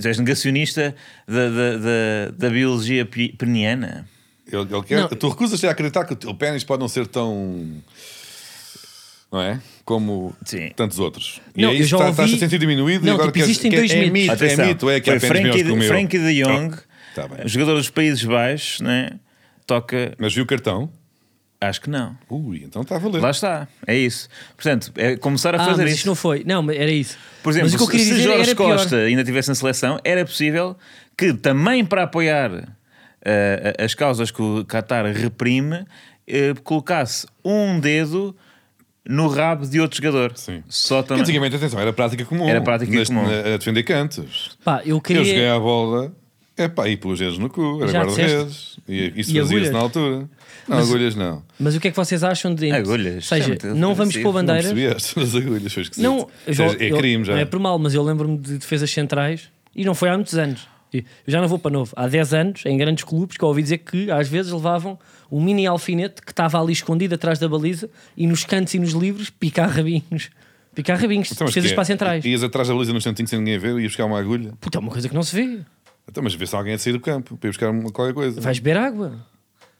Speaker 2: Tu és negacionista da, da, da, da biologia pi- peniana.
Speaker 3: Ele, ele quer-
Speaker 1: Não.
Speaker 3: Tu recusas-te a acreditar que o teu pênis pode não ser tão. Não é? Como
Speaker 2: Sim.
Speaker 3: tantos outros.
Speaker 1: Não,
Speaker 3: e aí
Speaker 1: eu já
Speaker 3: está-
Speaker 1: ouvi-
Speaker 3: estás a sentir diminuído e
Speaker 1: Não,
Speaker 3: agora
Speaker 1: tipo,
Speaker 3: queres-
Speaker 1: existem
Speaker 3: que-
Speaker 1: dois
Speaker 3: é
Speaker 1: mitos.
Speaker 3: Mito, é mito, é que
Speaker 2: Foi
Speaker 3: há pênis
Speaker 2: Frankie,
Speaker 3: melhores que o
Speaker 2: de,
Speaker 3: meu.
Speaker 2: Frankie de Jong,
Speaker 3: Tá bem.
Speaker 2: jogador dos Países Baixos, né? toca.
Speaker 3: Mas viu o cartão?
Speaker 2: Acho que não.
Speaker 3: Ui, então está a valer.
Speaker 2: Lá está, é isso. Portanto, é começar a
Speaker 1: Ah,
Speaker 2: fazer
Speaker 1: mas
Speaker 2: isso.
Speaker 1: isto não foi. Não, mas era isso.
Speaker 2: Por exemplo,
Speaker 1: mas o que eu queria
Speaker 2: se
Speaker 1: dizer
Speaker 2: Jorge
Speaker 1: era
Speaker 2: Costa
Speaker 1: pior.
Speaker 2: ainda estivesse na seleção, era possível que também para apoiar eh, as causas que o Qatar reprime, eh, colocasse um dedo no rabo de outro jogador.
Speaker 3: Sim.
Speaker 2: Só
Speaker 3: Que
Speaker 2: também.
Speaker 3: antigamente, atenção, era prática comum.
Speaker 2: é? Era prática
Speaker 3: Neste-
Speaker 2: comum.
Speaker 3: na- A defender cantos.
Speaker 1: Pá, eu
Speaker 3: Eu joguei
Speaker 1: queria.
Speaker 3: à bola epá, e pus eles no cu, era
Speaker 1: Já
Speaker 3: guarda-redes. E isso
Speaker 1: E
Speaker 3: fazia-se
Speaker 1: agulhas?
Speaker 3: na altura. Não, agulhas não.
Speaker 1: Mas o que é que vocês acham de.
Speaker 2: Agulhas,
Speaker 1: Ou seja,
Speaker 2: chama-te,
Speaker 1: não vamos
Speaker 2: sim,
Speaker 1: pôr
Speaker 2: não é
Speaker 3: Não
Speaker 1: bandeiras.
Speaker 3: percebias [LAUGHS] as agulhas, foi esquisito.
Speaker 1: Não,
Speaker 3: Ou
Speaker 1: eu-
Speaker 3: seja, é
Speaker 1: eu-
Speaker 3: crime já.
Speaker 1: Não é por mal, mas eu lembro-me de defesas centrais e não foi há muitos anos. Eu já não vou para novo. Há 10 anos, em grandes clubes, que eu ouvi dizer que às vezes levavam um mini alfinete que estava ali escondido atrás da baliza e nos cantos e nos livros picar rabinhos. Picar rabinhos,
Speaker 3: Então, mas
Speaker 1: defesas
Speaker 3: quê?
Speaker 1: para centrais.
Speaker 3: Ias atrás da baliza num instantinho sem ninguém ver, ias buscar uma agulha.
Speaker 1: Puta, é uma coisa que não se vê.
Speaker 3: Então, mas vê se alguém a sair do campo para ir buscar uma, qualquer coisa.
Speaker 1: Vais beber água.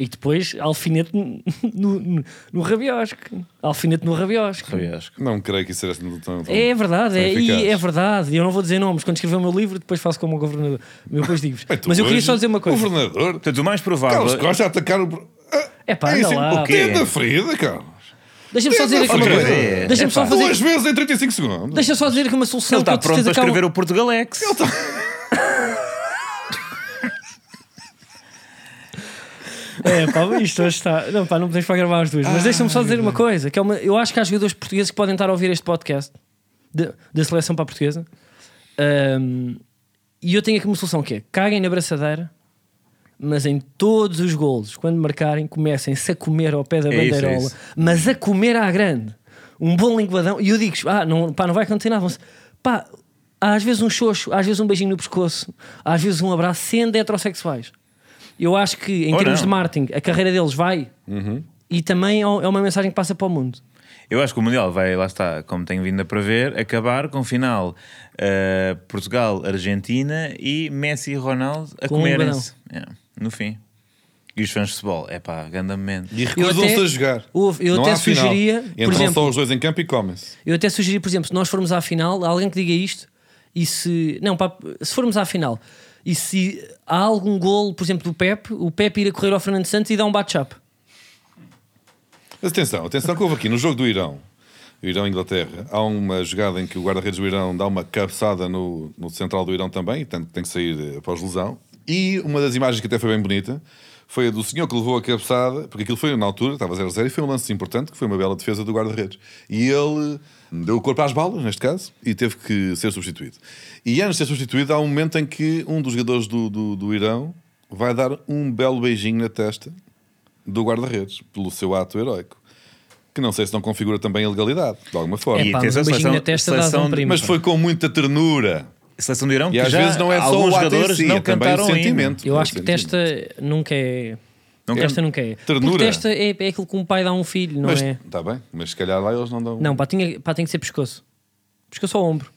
Speaker 1: E depois alfinete [LAUGHS] no, no, no rabiosque. Alfinete no rabiosque.
Speaker 2: Aliás,
Speaker 3: Não creio que isso seja tão, tão, tão
Speaker 1: É verdade, é,
Speaker 3: eficaz.
Speaker 1: e é verdade. Eu não vou dizer nomes. Quando escrever o meu livro, depois faço como o governador. Eu Depois digo
Speaker 3: Bem,
Speaker 2: Então,
Speaker 3: tu
Speaker 1: Mas eu queria
Speaker 3: É hoje, um
Speaker 1: só dizer uma coisa.
Speaker 3: Governador,
Speaker 2: Portanto, o mais
Speaker 3: Carlos
Speaker 2: provável. é
Speaker 3: Costa a atacar o. Ah,
Speaker 1: É pá,
Speaker 3: isso,
Speaker 1: anda lá.
Speaker 3: O quê?
Speaker 2: pá.
Speaker 3: Da ferida, Carlos.
Speaker 1: Deixa-me só dizer aqui uma
Speaker 3: Outra
Speaker 1: coisa.
Speaker 2: vez.
Speaker 1: Deixa-me só
Speaker 2: Epá.
Speaker 1: fazer.
Speaker 3: Duas vezes em 35 segundos.
Speaker 1: Deixa só dizer aqui uma solução.
Speaker 2: Ele está
Speaker 1: que eu de
Speaker 2: tá pronto para
Speaker 1: certeza que há
Speaker 2: escrever
Speaker 1: um-
Speaker 2: o Portugalex.
Speaker 1: É, pá, isto hoje está. Não, pá, não podemos para gravar as duas.
Speaker 2: Ah,
Speaker 1: Mas deixa-me só dizer uma coisa: que é uma... eu acho que há jogadores portugueses que podem estar a ouvir este podcast de- da seleção para a portuguesa. Ahm, e eu tenho aqui uma solução que é: caguem na braçadeira, mas em todos os golos, quando marcarem, comecem-se a comer ao pé da
Speaker 2: É isso, é
Speaker 1: bandeirola,
Speaker 2: isso.
Speaker 1: mas a comer à grande. Um bom linguadão. E eu digo ah, não, pá, não vai acontecer nada. Vão-se- Pá, há às vezes um xoxo, às vezes um beijinho no pescoço, às vezes um abraço, sendo heterossexuais. Eu acho que, em
Speaker 2: Ou
Speaker 1: termos
Speaker 2: não. Uhum.
Speaker 1: de marketing, a carreira deles vai e também é um- é uma mensagem que passa para o mundo.
Speaker 2: Eu acho que o Mundial vai, lá está, como tenho vindo a prever, acabar com final eh, Portugal-Argentina e Messi e Ronaldo a
Speaker 1: Com um
Speaker 2: comerem-se. É, no fim. E os fãs de futebol, é pá, grande momento.
Speaker 3: E recusam-se
Speaker 1: até-
Speaker 3: a jogar.
Speaker 1: Houve- eu
Speaker 3: não
Speaker 1: até
Speaker 3: há final.
Speaker 1: sugeria, por
Speaker 3: Entram
Speaker 1: exemplo-
Speaker 3: só os dois em campo e comem-se.
Speaker 1: Eu até sugeri, por exemplo, se nós formos à final, há alguém que diga isto e se. Não, pá, se formos à final e se há algum golo, por exemplo, do Pepe, o Pepe ir a correr ao Fernando Santos e dar um bate-up.
Speaker 3: Mas atenção, atenção que houve aqui no jogo do Irão, Irão-Inglaterra, há uma jogada em que o guarda-redes do Irão dá uma cabeçada no, no central do Irão também, tanto que tem que sair eh, após lesão. E uma das imagens que até foi bem bonita foi a do senhor que levou a cabeçada, porque aquilo foi na altura, estava 0-0, e foi um lance importante, que foi uma bela defesa do guarda-redes. E ele deu o corpo às balas, neste caso, e teve que ser substituído. E antes de ser substituído, há um momento em que um dos jogadores do, do, do Irão vai dar um belo beijinho na testa do guarda-redes, pelo seu ato heroico. Que não sei se não configura também a legalidade, de alguma forma.
Speaker 1: É pá, mas
Speaker 2: atenção,
Speaker 1: um beijinho
Speaker 2: seleção-
Speaker 1: na testa dá
Speaker 2: seleção
Speaker 1: um
Speaker 2: de-
Speaker 1: primo.
Speaker 3: mas foi com muita ternura.
Speaker 2: Seleção do Irão,
Speaker 3: E
Speaker 2: que
Speaker 3: às
Speaker 2: já
Speaker 3: vezes não é só
Speaker 2: alguns
Speaker 3: o ato em
Speaker 2: jogadores
Speaker 3: si,
Speaker 2: não
Speaker 3: é também
Speaker 2: cantaram
Speaker 3: o
Speaker 2: o hino.
Speaker 3: sentimento.
Speaker 1: Eu acho que
Speaker 3: Sim,
Speaker 1: testa nunca é.
Speaker 2: Não
Speaker 1: testa
Speaker 2: can-
Speaker 1: nunca é.
Speaker 3: Ternura.
Speaker 1: Porque testa é, é aquilo que um pai dá a um filho, não
Speaker 3: Mas,
Speaker 1: é?
Speaker 3: Está bem, mas se calhar lá eles não dão.
Speaker 1: Não, pá, tinha, pá, tem que ser pescoço. Pescoço ao ombro.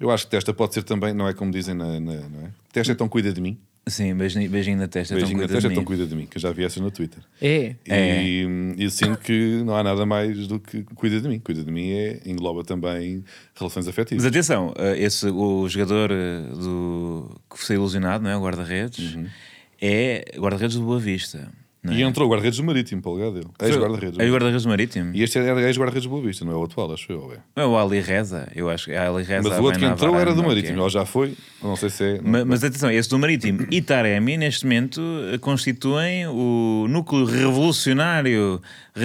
Speaker 3: Eu acho que testa pode ser também, não é como dizem na. na- não é? Testa é tão cuida de mim.
Speaker 2: Sim, beijinho, beijinho na testa.
Speaker 3: Beijinho na
Speaker 2: tão
Speaker 3: testa
Speaker 2: cuidado Então
Speaker 3: é tão
Speaker 2: de mim.
Speaker 3: cuida de mim, que eu já vi essas no Twitter.
Speaker 1: É.
Speaker 2: É.
Speaker 3: E, e eu sinto que não há nada mais do que cuida de mim. Cuida de mim é, engloba também relações afetivas.
Speaker 2: Mas atenção, eh, esse, o jogador eh, do, que foi ilusionado, não é? O guarda-redes,
Speaker 3: Uhum.
Speaker 2: é guarda-redes do Boa Vista. Não é?
Speaker 3: E entrou o guarda-redes do Marítimo, para o lugar dele. Ex-guarda-redes.
Speaker 2: É o guarda-redes do Marítimo.
Speaker 3: E este era ex-guarda-redes de Boa Vista, não é o atual, acho eu. É.
Speaker 2: É o Ali Reza, eu acho que é Ali Reza.
Speaker 3: Mas o outro que
Speaker 2: Abena
Speaker 3: entrou era do
Speaker 2: Varanda,
Speaker 3: Marítimo, é?
Speaker 2: ok.
Speaker 3: ou já foi, ou não sei se é.
Speaker 2: é Ma- Mas, atenção, esse do Marítimo [CLEARS THROAT] e Taremi, neste momento, eh, constituem o núcleo revolucionário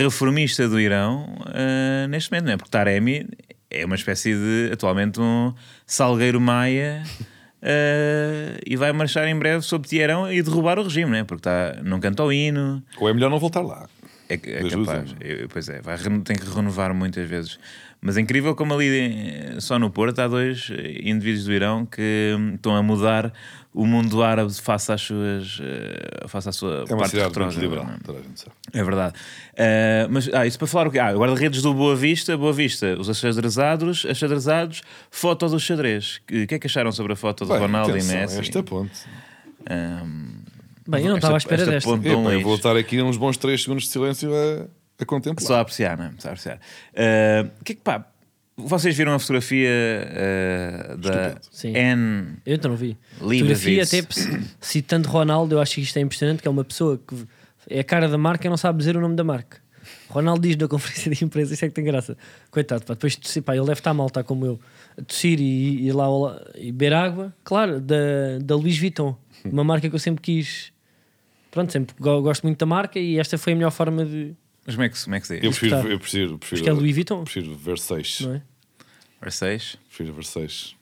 Speaker 2: reformista do Irão, eh, neste momento, não é? Porque Taremi é uma espécie de, atualmente, um Salgueiro Maia [LAUGHS] eh, e vai marchar em breve sobre Tiarão e derrubar o regime, né? porque está, não canta o hino.
Speaker 3: Ou é melhor não voltar lá.
Speaker 2: É, que- é
Speaker 3: Das duas,
Speaker 2: capaz.
Speaker 3: uma.
Speaker 2: Eu- eu- pois é, vai, reno- tem que renovar muitas vezes. Mas é incrível como ali eh, só no Porto há dois eh, indivíduos do Irão que hum, estão a mudar o mundo árabe face às suas eh, face à sua
Speaker 3: É uma
Speaker 2: parte
Speaker 3: cidade muito
Speaker 2: retrógrada,
Speaker 3: liberal,
Speaker 2: não é?
Speaker 3: toda a gente sabe.
Speaker 2: É verdade. Ah, mas ah, isso para falar o quê? Ah, o guarda-redes do Boa Vista, Boa Vista, os achadrezados, achadrezados, foto do xadrez. Que- O que é que acharam sobre a foto do
Speaker 3: Bem,
Speaker 2: Ronaldo
Speaker 3: atenção,
Speaker 2: e Messi?
Speaker 3: Esta ponte.
Speaker 2: Ah,
Speaker 1: Bem, eu não
Speaker 2: esta-
Speaker 1: estava à espera
Speaker 2: esta
Speaker 1: desta.
Speaker 2: ponte- Dom
Speaker 3: Epá, eu
Speaker 2: Luís.
Speaker 3: vou estar aqui uns bons 3 segundos de silêncio a, a contemplar.
Speaker 2: Só a apreciar, não é? Só a apreciar. Ah, O que é que pá? Vocês viram a fotografia ah, da
Speaker 1: Sim.
Speaker 2: Anne
Speaker 1: Eu então não vi.
Speaker 2: Lima
Speaker 1: Fotografia,
Speaker 2: disse.
Speaker 1: até ps- citando Ronaldo, eu acho que isto é impressionante, que é uma pessoa que v- é a cara da marca e não sabe dizer o nome da marca. Ronaldo diz na [LAUGHS] conferência de imprensa, isso é que tem graça. Coitado, pá, depois de tossir, pá, ele deve estar mal, está como eu. A Tossir e e ir lá ao la- e beber água, claro, da, da Louis Vuitton, uma marca que eu sempre quis. Pronto, sempre go- gosto muito da marca e esta foi a melhor forma de.
Speaker 2: Mas como é que, como é que se diz?
Speaker 3: Eu prefiro,
Speaker 1: Está.
Speaker 3: eu prefiro,
Speaker 1: Acho
Speaker 3: prefiro,
Speaker 1: que é Louis Vuitton,
Speaker 3: prefiro Versace.
Speaker 1: não é?
Speaker 2: Versace,
Speaker 3: Prefiro Versace.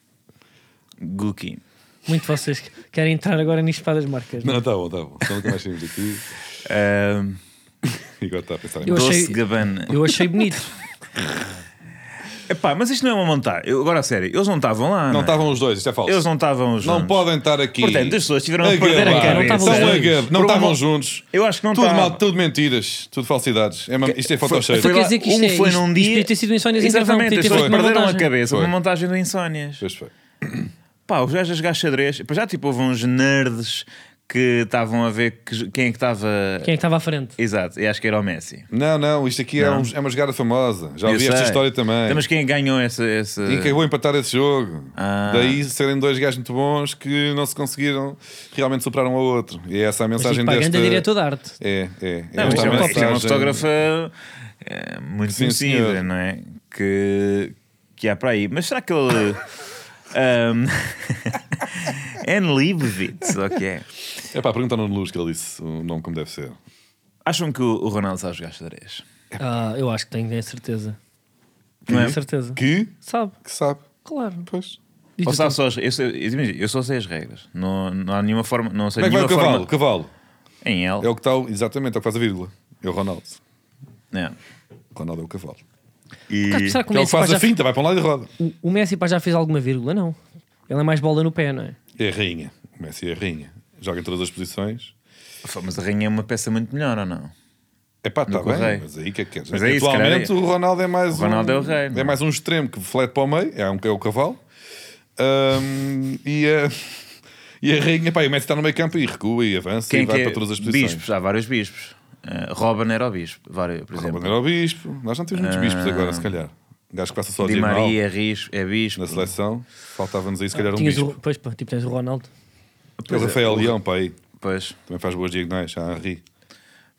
Speaker 2: Gucci.
Speaker 1: Muito vocês que- querem entrar agora nisto para das marcas. não é?
Speaker 3: [LAUGHS] Não, está bom, está bom. Então nunca mais saímos [LAUGHS] daqui.
Speaker 2: Ah,
Speaker 3: E agora está tá a pensar em
Speaker 1: Eu
Speaker 2: Doce
Speaker 1: achei-
Speaker 2: Gabbana.
Speaker 1: Eu achei bonito.
Speaker 2: Epá, mas isto não é uma montagem. Eu- Agora, a sério, eles não estavam lá. é?
Speaker 3: Não estavam os dois, isto é falso.
Speaker 2: Eles não estavam
Speaker 3: Não
Speaker 2: juntos.
Speaker 3: podem estar aqui.
Speaker 2: Portanto, as pessoas tiveram a
Speaker 3: gabar.
Speaker 2: perder a
Speaker 1: Não
Speaker 2: cabeça.
Speaker 1: estavam
Speaker 3: Estão a
Speaker 1: juntos.
Speaker 3: gabar. Não
Speaker 2: Por uma-
Speaker 3: estavam juntos.
Speaker 2: Eu acho que não
Speaker 3: tudo
Speaker 2: estavam.
Speaker 3: mal, tudo mentiras, tudo falsidades. É, mesmo- isto é
Speaker 2: Foi-
Speaker 3: Photoshop.
Speaker 1: Foi
Speaker 2: Foi
Speaker 1: quer
Speaker 2: lá,
Speaker 1: dizer que isto
Speaker 2: um
Speaker 1: é-
Speaker 2: foi
Speaker 1: isto-
Speaker 2: num
Speaker 1: isto
Speaker 2: dia.
Speaker 1: podia ter sido Insónias em Gravão,
Speaker 2: Exatamente,
Speaker 1: podia ter
Speaker 2: as pessoas
Speaker 1: feito tipo, uma
Speaker 2: perderam a
Speaker 1: montagem.
Speaker 2: cabeça
Speaker 3: Foi.
Speaker 2: uma montagem do Insónias.
Speaker 3: Pois foi.
Speaker 2: Pá, os gajos das gaxadrez. Depois já tipo houve uns nerds que estavam a ver que- quem é que estava.
Speaker 1: Quem é que estava à frente?
Speaker 2: Exato, e acho que era o Messi.
Speaker 3: Não, não, isto aqui é,
Speaker 2: Não.
Speaker 3: um- é uma jogada famosa. Já
Speaker 2: Eu
Speaker 3: ouvi esta
Speaker 2: sei.
Speaker 3: história também.
Speaker 2: Então, Mas quem ganhou essa. essa...
Speaker 3: E acabou a empatar esse jogo.
Speaker 2: Ah.
Speaker 3: Daí serem dois gajos muito bons que não se conseguiram realmente superar um ao outro. E essa é a
Speaker 1: Mas
Speaker 3: mensagem
Speaker 1: tipo, pá,
Speaker 3: desta.
Speaker 1: grande diretor de arte.
Speaker 3: É, é. é
Speaker 2: Não,
Speaker 3: esta
Speaker 2: isto é,
Speaker 3: a
Speaker 2: uma, isto é uma
Speaker 3: mensagem.
Speaker 2: fotógrafa eh, muito
Speaker 3: Sim,
Speaker 2: conhecida,
Speaker 3: senhor.
Speaker 2: não é? Que, que há para aí. Mas será que ele.
Speaker 3: [LAUGHS]
Speaker 2: [LAUGHS] um, Anne Leibovitz, é o que é?
Speaker 3: É pá, pergunta no Luz que ele disse o nome como deve ser.
Speaker 2: Acham que o o Ronaldo sabe jogar xadrez?
Speaker 1: Ah, eu acho que tenho, tenho certeza.
Speaker 2: Não é?
Speaker 1: Tenho certeza.
Speaker 3: Que?
Speaker 1: Sabe,
Speaker 3: Que sabe.
Speaker 1: claro.
Speaker 3: Pois.
Speaker 1: Diz
Speaker 2: Ou
Speaker 1: tu,
Speaker 2: sabe
Speaker 1: tu.
Speaker 2: só as, eu, sei- eu- imagina, eu só sei as regras. Não, não há nenhuma forma. Não sei
Speaker 3: Como é que vai o
Speaker 2: nenhuma forma.
Speaker 3: cavalo? O cavalo.
Speaker 2: Em L.
Speaker 3: É o que está. o- Exatamente, é o que faz a vírgula. É o Ronaldo.
Speaker 2: É.
Speaker 3: O Ronaldo é o cavalo.
Speaker 1: Cara, será
Speaker 3: Que
Speaker 1: que o
Speaker 3: é o que
Speaker 1: Messi, pá,
Speaker 3: faz
Speaker 1: já,
Speaker 3: a finta, vai para um lado e roda.
Speaker 1: o- o Messi pá, já fez alguma vírgula? Não. Ele é mais bola no pé, não é?
Speaker 3: É a rainha. O Messi é a rainha. Joga em todas as posições.
Speaker 2: Fá, Mas a rainha é uma peça muito melhor, ou não?
Speaker 3: É pá, está
Speaker 2: Nunca
Speaker 3: bem,
Speaker 2: usei.
Speaker 3: mas aí o que é que queres?
Speaker 2: Mas é isso,
Speaker 3: Atualmente
Speaker 2: caralho.
Speaker 3: o Ronaldo é mais
Speaker 2: O Ronaldo
Speaker 3: um,
Speaker 2: é o rei, não é?
Speaker 3: É mais um extremo que flete para o meio, é, um, é o cavalo. Ahm, e, a, [LAUGHS] e a rainha, pá, e o Messi está no meio campo e recua e avança e
Speaker 2: Quem
Speaker 3: vai
Speaker 2: é?
Speaker 3: para todas as posições.
Speaker 2: Bispos, há vários bispos. Eh, Robin era o bispo, vários, por exemplo.
Speaker 3: Romano era o bispo. Nós não temos muitos bispos
Speaker 2: Ah.
Speaker 3: agora, se calhar. Um gajo que passa só a
Speaker 2: Di
Speaker 3: dizer mal
Speaker 2: Maria é, ris- é bispo.
Speaker 3: na seleção. Faltava-nos aí, se calhar, um
Speaker 1: Tinhas
Speaker 3: bispo.
Speaker 1: o, pois, pá, tipo, tens o Ronaldo.
Speaker 3: É o Rafael Leão, pá, aí.
Speaker 2: Pois,
Speaker 3: Também faz boas diagonais, a Henri.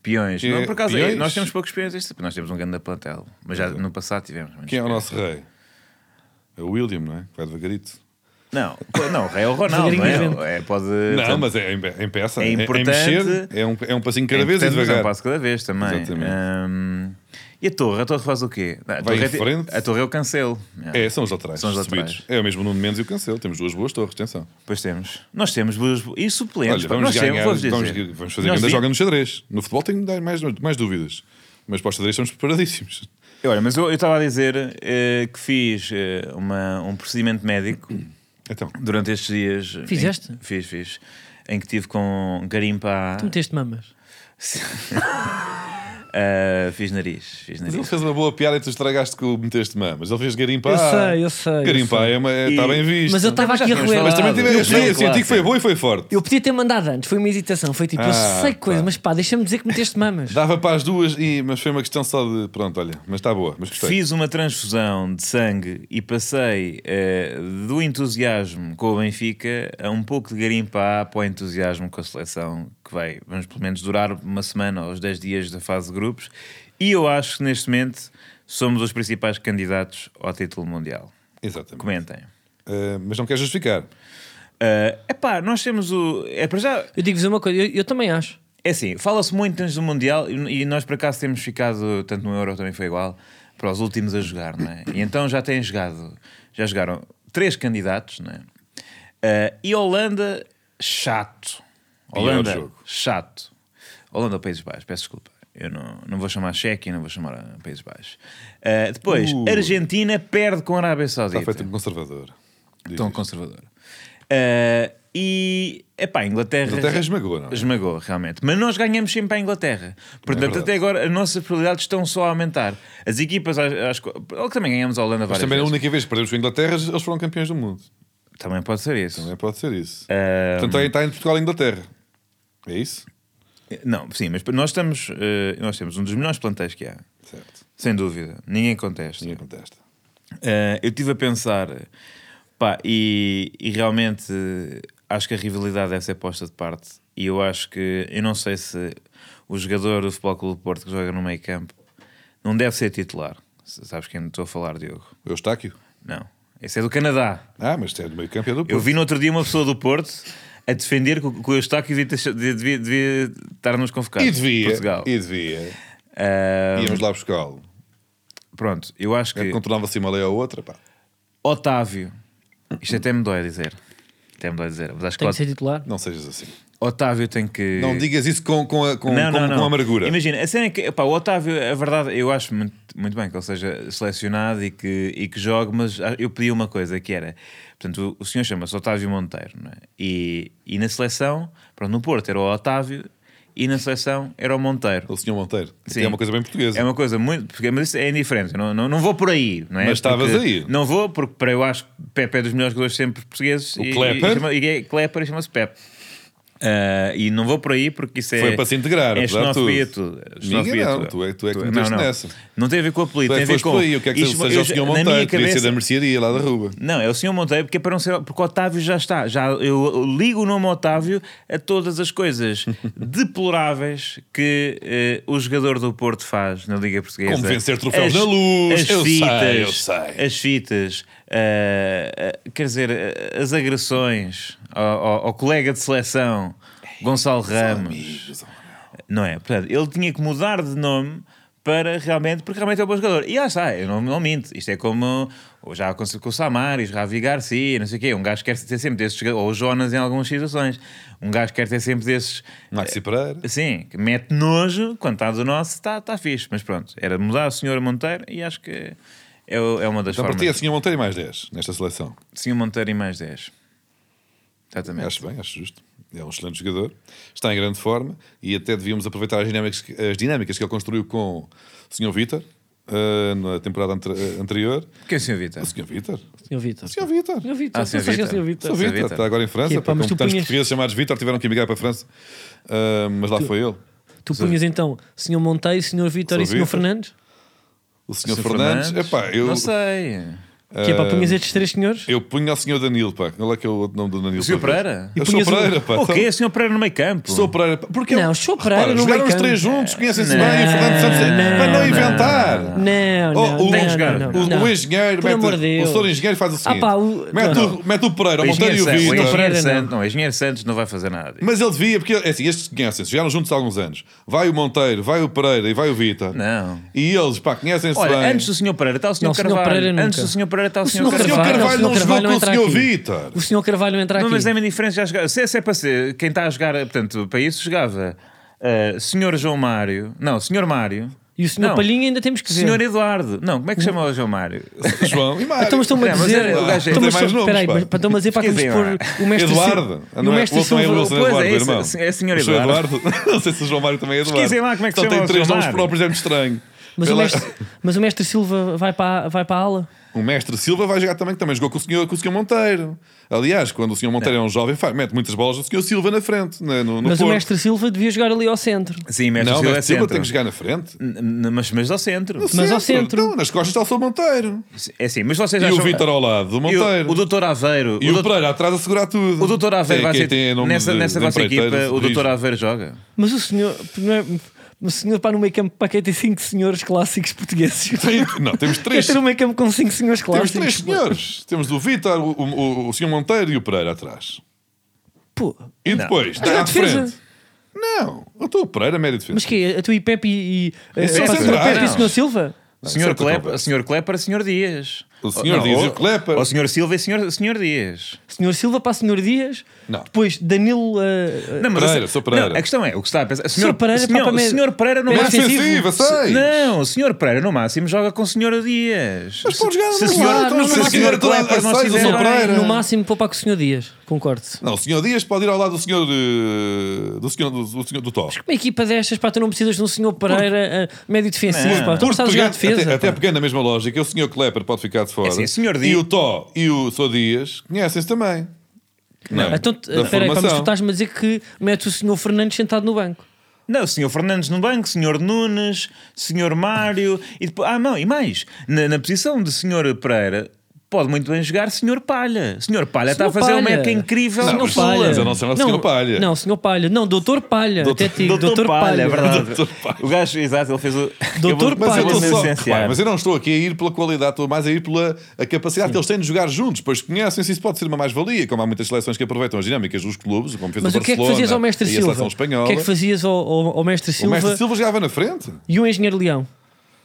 Speaker 2: peões.
Speaker 3: Que-
Speaker 2: Não, por acaso,
Speaker 3: peões?
Speaker 2: nós temos poucos peões. este- Nós temos um grande plantel. Mas já no passado tivemos. menos
Speaker 3: Quem é o
Speaker 2: peões.
Speaker 3: nosso rei? É o William, não é? Vai devagarito.
Speaker 2: Não, pô, não, o rei é o Ronaldo, não
Speaker 1: Devagarinho
Speaker 2: é? é pode,
Speaker 3: Não,
Speaker 2: portanto,
Speaker 3: mas é em, é em peça.
Speaker 2: é
Speaker 3: em- em
Speaker 2: importante-
Speaker 3: mexer, É, um, é um passinho cada
Speaker 2: é
Speaker 3: vez
Speaker 2: importante, mas
Speaker 3: e
Speaker 2: é um
Speaker 3: devagar.
Speaker 2: passo cada vez também.
Speaker 3: Exatamente.
Speaker 2: Ahm, e a torre? A torre faz o quê? A
Speaker 3: Vai
Speaker 2: torre,
Speaker 3: em
Speaker 2: é ti-
Speaker 3: frente.
Speaker 2: a torre eu cancelo.
Speaker 3: É, são os laterais.
Speaker 2: São os
Speaker 3: subidos.
Speaker 2: laterais.
Speaker 3: É o mesmo Nuno Mendes e o Cancelo. Temos duas boas torres, atenção.
Speaker 2: Pois temos. Nós temos boas. E suplentes.
Speaker 3: Olha,
Speaker 2: pá,
Speaker 3: vamos
Speaker 2: nós temos,
Speaker 3: ganhar,
Speaker 2: vou-vos
Speaker 3: vamos,
Speaker 2: dizer.
Speaker 3: vamos fazer
Speaker 2: Nós
Speaker 3: grande
Speaker 2: vi-
Speaker 3: joga no xadrez. No futebol tenho mais, mais dúvidas. Mas para o xadrez estamos preparadíssimos. [LAUGHS]
Speaker 2: Olha, mas eu eu estava a dizer eh, que fiz eh, uma, um procedimento médico
Speaker 3: Então,
Speaker 2: durante estes dias. em-
Speaker 1: Fizeste?
Speaker 2: fiz, fiz. Em que tive com garimpa.
Speaker 1: Tu meteste mamas.
Speaker 2: Ah, fiz nariz. Fiz
Speaker 3: mas ele
Speaker 2: nariz.
Speaker 3: fez uma boa piada e tu estragaste com o meteste mã. Mas ele fez garimpar.
Speaker 1: Eu sei, eu sei, eu
Speaker 3: Garimpar
Speaker 1: sei.
Speaker 3: é uma- é-
Speaker 2: E-
Speaker 3: está bem visto.
Speaker 1: Mas eu estava
Speaker 2: Mas já
Speaker 1: aqui a
Speaker 2: tínhamos
Speaker 1: roer.
Speaker 2: falado.
Speaker 3: Mas também tive, um eu,
Speaker 2: Eu sei,
Speaker 3: eu senti
Speaker 2: claro.
Speaker 3: que foi boa e foi forte.
Speaker 1: Eu podia ter mandado antes, foi uma hesitação. Foi tipo, eu
Speaker 3: Ah,
Speaker 1: sei coisa,
Speaker 3: pá.
Speaker 1: mas pá, deixa-me dizer que meteste mamas.
Speaker 3: Dava para as duas, e, mas foi uma questão só de. Pronto, olha, mas está boa. Mas gostei.
Speaker 2: Fiz uma transfusão de sangue e passei eh, do entusiasmo com o Benfica a um pouco de garimpa para o entusiasmo com a seleção, que vai, vamos pelo menos durar uma semana aos 10 dias da fase de grupos. E eu acho que neste momento somos os principais candidatos ao título mundial.
Speaker 3: Exatamente.
Speaker 2: Comentem.
Speaker 3: Ah, mas não quer justificar.
Speaker 2: É epá, nós temos o. É para já.
Speaker 1: Eu digo-vos uma coisa, eu, eu também acho.
Speaker 2: É assim, fala-se muito antes do Mundial e e nós por acaso temos ficado, tanto no Euro também foi igual, para os últimos a jogar, não é? E então já têm jogado, já jogaram três candidatos, não é? Eh, e Holanda, chato.
Speaker 3: Pior
Speaker 2: Holanda,
Speaker 3: jogo.
Speaker 2: chato. Holanda ou Países Baixos, peço desculpa. Eu não, não vou chamar Cheque e não vou chamar ah, Países Baixos. Eh, depois, Argentina perde com a Arábia Saudita.
Speaker 3: Uh. Está feito um conservador. Diz
Speaker 2: Tão
Speaker 3: isto.
Speaker 2: conservador. Eh, e, epá, a Inglaterra...
Speaker 3: Inglaterra esmagou, não é?
Speaker 2: Esmagou, realmente. Mas nós ganhamos sempre à Inglaterra. Portanto,
Speaker 3: verdade.
Speaker 2: até agora, as nossas probabilidades estão só a aumentar. As equipas, acho- acho que ou que também ganhamos a Holanda
Speaker 3: Mas
Speaker 2: várias
Speaker 3: também é a
Speaker 2: vezes.
Speaker 3: única vez que perdemos com a Inglaterra, eles foram campeões do mundo.
Speaker 2: Também pode ser isso.
Speaker 3: Também pode ser isso.
Speaker 2: Ah,
Speaker 3: Portanto, está entre Portugal e Inglaterra. É isso?
Speaker 2: Não, sim, mas nós estamos. eh, nós temos um dos melhores plantéis que há,
Speaker 3: Certo.
Speaker 2: sem dúvida. Ninguém contesta.
Speaker 3: Ninguém contesta.
Speaker 2: Eh, eu estive a pensar, pá, e, e realmente eh, acho que a rivalidade deve ser posta de parte. E eu acho que, eu não sei se o jogador do Futebol Clube do Porto que joga no meio campo não deve ser titular. S- Sabes quem estou a falar, Diogo?
Speaker 3: O Eustáquio?
Speaker 2: Não. Esse é do Canadá.
Speaker 3: Ah, mas é do meio campo é do
Speaker 2: Eu
Speaker 3: Porto.
Speaker 2: vi no outro dia uma pessoa do Porto a defender que o que o Eustáquio devia, ter- devia- devia estar-nos convocados.
Speaker 3: E devia.
Speaker 2: Portugal.
Speaker 3: E devia.
Speaker 2: Ah,
Speaker 3: Íamos lá buscá-lo.
Speaker 2: Pronto, eu acho
Speaker 3: É
Speaker 2: que
Speaker 3: Contornava-se uma lei à outra, pá.
Speaker 2: Otávio, isto é até me dói a dizer, até me dói a dizer, mas acho que
Speaker 1: Tem
Speaker 2: Ot-
Speaker 1: que ser titular.
Speaker 3: Não sejas assim.
Speaker 2: Otávio tem que.
Speaker 3: Não digas isso com, com, a- com, com- com amargura.
Speaker 2: Imagina, a cena é que, pá, o Otávio, a verdade, eu acho muito, muito bem que ele seja selecionado e que, e que jogue, mas a- eu pedi uma coisa que era, portanto, o, o senhor chama-se Otávio Monteiro, não é? E, e na seleção, pronto, no Porto era o Otávio e na seleção era o Monteiro.
Speaker 3: O senhor Monteiro.
Speaker 2: Sim.
Speaker 3: Que é uma coisa bem portuguesa.
Speaker 2: É uma coisa muito. porque- Mas isso é indiferente. Eu Não, não, não vou por aí. Não é?
Speaker 3: Mas estavas
Speaker 2: Porque-
Speaker 3: aí.
Speaker 2: Não vou, porque para eu acho que Pepe é dos melhores jogadores sempre portugueses. O e,
Speaker 3: Klepper?
Speaker 2: E, chama, e é Klepper e chama-se Pepe. Ah, e não vou por aí porque isso é.
Speaker 3: Foi para se integrar,
Speaker 2: É
Speaker 3: apesar de tudo.
Speaker 2: xenofobia tudo. é
Speaker 3: Ninguém
Speaker 2: xenofobia
Speaker 3: não,
Speaker 2: tudo.
Speaker 3: tu é- tu é que
Speaker 2: não,
Speaker 3: meteste
Speaker 2: não.
Speaker 3: nessa.
Speaker 2: Não tem a ver com o apelido,
Speaker 3: Tu
Speaker 2: tem
Speaker 3: é que
Speaker 2: a ver
Speaker 3: foste
Speaker 2: com.
Speaker 3: por aí. O que é que
Speaker 2: Isto-
Speaker 3: seja
Speaker 2: eu
Speaker 3: o
Speaker 2: já-
Speaker 3: senhor
Speaker 2: na minha
Speaker 3: Monteiro? Devia ser
Speaker 2: cabeça-
Speaker 3: da mercearia lá da rua.
Speaker 2: não, é o senhor Monteiro, porque é para não ser. Porque Otávio já está. Já, eu ligo o nome Otávio a todas as coisas
Speaker 3: [LAUGHS]
Speaker 2: deploráveis que eh, o jogador do Porto faz na Liga Portuguesa.
Speaker 3: Como vencer troféus na luz, eu sei, eu sei.
Speaker 2: As fitas, eh, eh, quer dizer, eh, as agressões ao, ao- ao colega de seleção, Gonçalo Ramos.
Speaker 3: Amigos, oh.
Speaker 2: Não é? Portanto, ele tinha que mudar de nome para realmente, porque realmente é um bom jogador. E lá está, eu não, não minto. Isto é como ou já aconteceu com o Samaris, Ravi Garcia, não sei o quê. Um gajo quer ter sempre desses, jogadores, ou o Jonas em algumas situações. Um gajo quer ter sempre desses.
Speaker 3: Maxi Pereira.
Speaker 2: Sim, que mete nojo, quando está do nosso, está tá fixe. Mas pronto, era mudar o senhor Monteiro e acho que é, o- é uma das
Speaker 3: Então, para
Speaker 2: formas.
Speaker 3: ti é senhor Monteiro e mais 10 nesta seleção.
Speaker 2: Senhor Monteiro e mais 10. Exatamente.
Speaker 3: Acho bem, acho justo. É um excelente jogador, está em grande forma e até devíamos aproveitar as dinâmicas, que- as dinâmicas que ele construiu com o Sr. Vítor eh, na temporada anter- eh, anterior.
Speaker 2: Quem é o senhor Vitor?
Speaker 3: O Sr. Vítor? O
Speaker 1: Senhor Vitor.
Speaker 3: Sr. Vítor.
Speaker 1: Senhor Vitor.
Speaker 2: Ah,
Speaker 1: não
Speaker 2: senhor
Speaker 1: sei quem é o
Speaker 2: Vítor.
Speaker 1: senhor Vítor.
Speaker 3: O
Speaker 2: Senhor
Speaker 3: Sr. Vítor
Speaker 2: Vítor.
Speaker 3: está agora em França,
Speaker 1: Que é, pá,
Speaker 3: porque
Speaker 1: mas
Speaker 3: como
Speaker 1: tu
Speaker 3: tantos
Speaker 1: punhas-
Speaker 3: portugueses chamados Vítor tiveram que emigrar para a França, Eh, mas lá foi ele.
Speaker 1: Tu punhas então senhor Monteiro, senhor Vítor e senhor
Speaker 3: Senhor Vítor.
Speaker 1: Fernandes?
Speaker 3: O Sr. Fernandes, epá, eu,
Speaker 2: Não sei.
Speaker 1: Que é
Speaker 3: Ah,
Speaker 1: para punhas estes três senhores?
Speaker 3: eu punho ao Sr. Danilo, pá. Qual é que é o outro nome do Danilo?
Speaker 2: O Sr.
Speaker 3: para ver?
Speaker 2: Pereira?
Speaker 3: É
Speaker 1: E
Speaker 3: o Sr.
Speaker 1: punhas o-
Speaker 3: Pereira, pá.
Speaker 2: O quê? O senhor Pereira no meio campo?
Speaker 3: Sou Pereira. pá, Porque
Speaker 1: Não,
Speaker 3: ele-
Speaker 1: Sou Pereira
Speaker 3: Repara,
Speaker 1: não
Speaker 3: Jogaram
Speaker 1: vai
Speaker 3: os três
Speaker 1: cantar.
Speaker 3: juntos, conhecem-se
Speaker 2: Não,
Speaker 3: bem. o Ah, Fernando Santos é- Para não
Speaker 1: não,
Speaker 3: inventar.
Speaker 1: Não, não,
Speaker 3: Oh, o-
Speaker 1: não,
Speaker 2: Tem que
Speaker 1: não,
Speaker 2: jogar.
Speaker 1: não,
Speaker 3: O,
Speaker 1: não.
Speaker 3: o engenheiro,
Speaker 1: Por
Speaker 3: mete,
Speaker 1: amor de
Speaker 3: o
Speaker 1: Deus.
Speaker 3: senhor engenheiro faz o seguinte:
Speaker 1: Ah, pá, o-
Speaker 3: mete,
Speaker 1: não,
Speaker 3: O, mete o Pereira, o Monteiro
Speaker 2: engenheiro
Speaker 3: e o
Speaker 2: Santos, o
Speaker 3: Vitor.
Speaker 2: engenheiro
Speaker 1: Não.
Speaker 2: Santos, não, o engenheiro Santos não vai fazer nada.
Speaker 3: Mas ele devia, porque é assim, estes conhecem-se, jogaram juntos há alguns anos. Vai o Monteiro, vai o Pereira e vai o Vitor.
Speaker 2: Não.
Speaker 3: E eles, pá, conhecem-se
Speaker 2: Olha,
Speaker 3: bem.
Speaker 2: antes do senhor Pereira está o senhor
Speaker 1: Não, o Sr.
Speaker 2: Carvalho.
Speaker 1: Pereira nunca.
Speaker 2: antes do senhor Pereira está o senhor
Speaker 1: Sr.
Speaker 3: O
Speaker 2: Carvalho.
Speaker 3: senhor
Speaker 1: Carvalho,
Speaker 3: Carvalho
Speaker 1: não, o
Speaker 3: não
Speaker 1: Sr.
Speaker 3: jogou
Speaker 1: Carvalho
Speaker 3: com o
Speaker 1: entra
Speaker 3: senhor
Speaker 1: aqui.
Speaker 3: Vitor. [LAUGHS]
Speaker 1: O senhor Carvalho entra
Speaker 2: Não,
Speaker 1: aqui.
Speaker 2: mas é bem diferente. Já joga- se, se é para ser, quem está a jogar, portanto, para isso jogava uh, senhor João Mário. Não, senhor Mário.
Speaker 1: E o senhor
Speaker 2: Não,
Speaker 1: Palhinha ainda temos que ver.
Speaker 2: Senhor Eduardo. Não, como é que chama o João Mário?
Speaker 3: João e Mário.
Speaker 1: Então, mas estão-me a
Speaker 2: Não, mas
Speaker 1: dizer.
Speaker 2: era- o gajo
Speaker 1: Então,
Speaker 2: é-
Speaker 1: mas
Speaker 3: tem mais
Speaker 1: só-
Speaker 3: nomes,
Speaker 1: Espera aí,
Speaker 3: pá.
Speaker 1: mas para- estão-me a dizer para que vamos
Speaker 2: Esqueci,
Speaker 1: pôr o mestre
Speaker 3: Eduardo.
Speaker 1: Sil-
Speaker 3: Ah,
Speaker 1: o
Speaker 3: Não é
Speaker 1: mestre
Speaker 3: Wilson, é
Speaker 1: Silva.
Speaker 3: Wilson, é
Speaker 2: Pois é,
Speaker 3: Eduardo,
Speaker 2: isso,
Speaker 3: irmão.
Speaker 2: é senhor
Speaker 3: O senhor
Speaker 2: Eduardo.
Speaker 3: [LAUGHS] Não sei se o João Mário também é Eduardo.
Speaker 2: Pesquisem lá como é que se
Speaker 3: Só
Speaker 2: chama
Speaker 3: tem
Speaker 2: o
Speaker 3: três
Speaker 2: senhor
Speaker 3: nomes
Speaker 2: Mário.
Speaker 3: próprios, é muito estranho.
Speaker 1: Mas o
Speaker 3: Pela-
Speaker 1: mestre- Mas o mestre Silva vai para, a- vai para a ala?
Speaker 3: O mestre Silva vai jogar também, que também jogou com o senhor, com o senhor Monteiro. Aliás, quando o senhor Monteiro é um jovem, faz- mete muitas bolas do senhor Silva na frente, na- no, no
Speaker 1: Mas o
Speaker 3: Porto.
Speaker 1: mestre Silva devia jogar ali ao centro.
Speaker 2: Sim, mestre
Speaker 3: Não, o
Speaker 2: Silva é
Speaker 3: mestre Silva tem
Speaker 2: centro.
Speaker 3: que jogar na frente.
Speaker 2: N- n- Mas, mas ao centro.
Speaker 1: Mas ao centro.
Speaker 3: Não, nas costas está o senhor Monteiro.
Speaker 2: É assim, mas vocês
Speaker 3: e
Speaker 2: acham...
Speaker 3: o Vítor ao lado do
Speaker 2: E o-
Speaker 3: Monteiro.
Speaker 2: O doutor Aveiro.
Speaker 3: E o, Pereira atrás a segurar tudo.
Speaker 2: O doutor Aveiro
Speaker 3: É,
Speaker 2: vai
Speaker 3: quem
Speaker 2: ser.
Speaker 3: tem nome
Speaker 2: Nessa,
Speaker 3: de-
Speaker 2: nessa
Speaker 3: de
Speaker 2: vossa
Speaker 3: empreiteiro,
Speaker 2: equipa, o
Speaker 3: de
Speaker 2: doutor
Speaker 3: rijo.
Speaker 2: Aveiro joga.
Speaker 1: Mas o senhor. primeiro- O senhor para no meio campo para quem tem 5 senhores clássicos portugueses.
Speaker 3: [LAUGHS] Tem-
Speaker 1: [LAUGHS]
Speaker 3: Não, temos
Speaker 1: Quer
Speaker 3: três.
Speaker 1: ter um meio campo com 5 senhores
Speaker 3: Temos
Speaker 1: clássicos?
Speaker 3: três senhores. Temos o Vítor, o, o, o senhor Monteiro e o Pereira atrás.
Speaker 1: Pô,
Speaker 3: E
Speaker 2: Não.
Speaker 3: depois,
Speaker 1: Mas
Speaker 3: está
Speaker 1: é
Speaker 3: à
Speaker 1: defesa.
Speaker 3: frente. Não, eu estou o Pereira, médio defesa.
Speaker 1: mas que é? A tua e Pepe e. e- eh,
Speaker 3: Isso é
Speaker 1: passa-
Speaker 3: central.
Speaker 1: Pepe e
Speaker 3: Não.
Speaker 1: senhor Silva?
Speaker 2: Senhor
Speaker 3: isso é outra
Speaker 2: Clepper,
Speaker 3: conversa.
Speaker 2: senhor Clepper, senhor Dias.
Speaker 3: O senhor
Speaker 2: Não,
Speaker 3: diz
Speaker 2: ou-
Speaker 3: o Klepper.
Speaker 2: Ou senhor Silva e senhor, senhor Dias.
Speaker 1: Senhor Silva para Senhor Dias,
Speaker 3: Não.
Speaker 1: depois Danilo. eh, eh,
Speaker 2: Não,
Speaker 3: Pereira,
Speaker 2: a-
Speaker 3: sou Pereira.
Speaker 2: Não, a questão é, o que está a pensar. Senhor,
Speaker 1: Senhor Pereira,
Speaker 2: senhor,
Speaker 1: Papa Med-
Speaker 2: senhor Pereira no
Speaker 1: Med-
Speaker 3: é
Speaker 1: Mas
Speaker 2: máximo.
Speaker 1: ofensivo.
Speaker 3: ofensivo, eu sei.
Speaker 2: Não, o senhor Pereira no máximo joga com o senhor Dias.
Speaker 3: Mas pode jogar
Speaker 2: se,
Speaker 3: no
Speaker 2: se, senhor-
Speaker 3: lado,
Speaker 2: se
Speaker 3: no
Speaker 2: o senhor
Speaker 3: máximo, toda-
Speaker 2: Klepper não se
Speaker 3: aceitas o
Speaker 2: fizer
Speaker 3: Sr.
Speaker 2: bem-
Speaker 3: Pereira.
Speaker 1: No máximo, poupar com o Senhor Dias, concordo-se.
Speaker 3: Não, o senhor Dias pode ir ao lado do senhor, eh, do, senhor, do, do senhor do Tó.
Speaker 1: Uma equipa destas, pá, tu não precisas de um senhor Pereira eh, médio defensivo,
Speaker 2: Não.
Speaker 1: pá, tu não sabes jogar
Speaker 3: pegando-
Speaker 1: defesa.
Speaker 3: até, até
Speaker 1: pá.
Speaker 3: pegando a mesma lógica, o senhor Klepper pode ficar de fora.
Speaker 2: É assim, o senhor
Speaker 3: E
Speaker 2: Dias-
Speaker 3: o Tó e o Sr. Dias conhecem-se também. Não,
Speaker 1: Então, t-
Speaker 3: da
Speaker 1: espera aí, pá, mas tu
Speaker 3: formação. Ah,
Speaker 1: estás-me a dizer que mete o senhor Fernandes sentado no banco.
Speaker 2: Não, o senhor Fernandes no banco, senhor Nunes, senhor Mário e depois, ah não, e mais, na, na posição de senhor Pereira pode muito bem jogar senhor Palha. Senhor Palha está a fazer uma
Speaker 1: Palha.
Speaker 2: época incrível.
Speaker 1: Senhor
Speaker 3: Não, mas- mas eu não sei, não, senhor Palha.
Speaker 1: Não, senhor Palha. Não, doutor Palha. Doutor, até digo,
Speaker 2: Doutor,
Speaker 1: doutor
Speaker 2: Palha,
Speaker 1: Palha.
Speaker 2: é verdade.
Speaker 3: Doutor Palha.
Speaker 2: O gajo, exato, ele fez o. é
Speaker 1: Doutor
Speaker 2: eu vou- eu vou
Speaker 3: Mas eu,
Speaker 1: Palha.
Speaker 2: me
Speaker 3: estou só,
Speaker 2: licenciar.
Speaker 3: repara, mas é um eu não estou aqui a ir pela qualidade, estou mais a ir pela a capacidade que eles têm de jogar juntos, pois conhecem-se, isso pode ser uma mais-valia, como há muitas seleções que aproveitam as dinâmicas dos clubes, como fez
Speaker 1: Mas
Speaker 3: o
Speaker 1: o que é que
Speaker 3: Barcelona
Speaker 1: fazias ao mestre
Speaker 3: e a
Speaker 1: Silva?
Speaker 3: seleção espanhola.
Speaker 1: O que é que fazias ao, ao- ao mestre
Speaker 3: O
Speaker 1: Silva,
Speaker 3: mestre Silva jogava na frente.
Speaker 1: e o engenheiro Leão?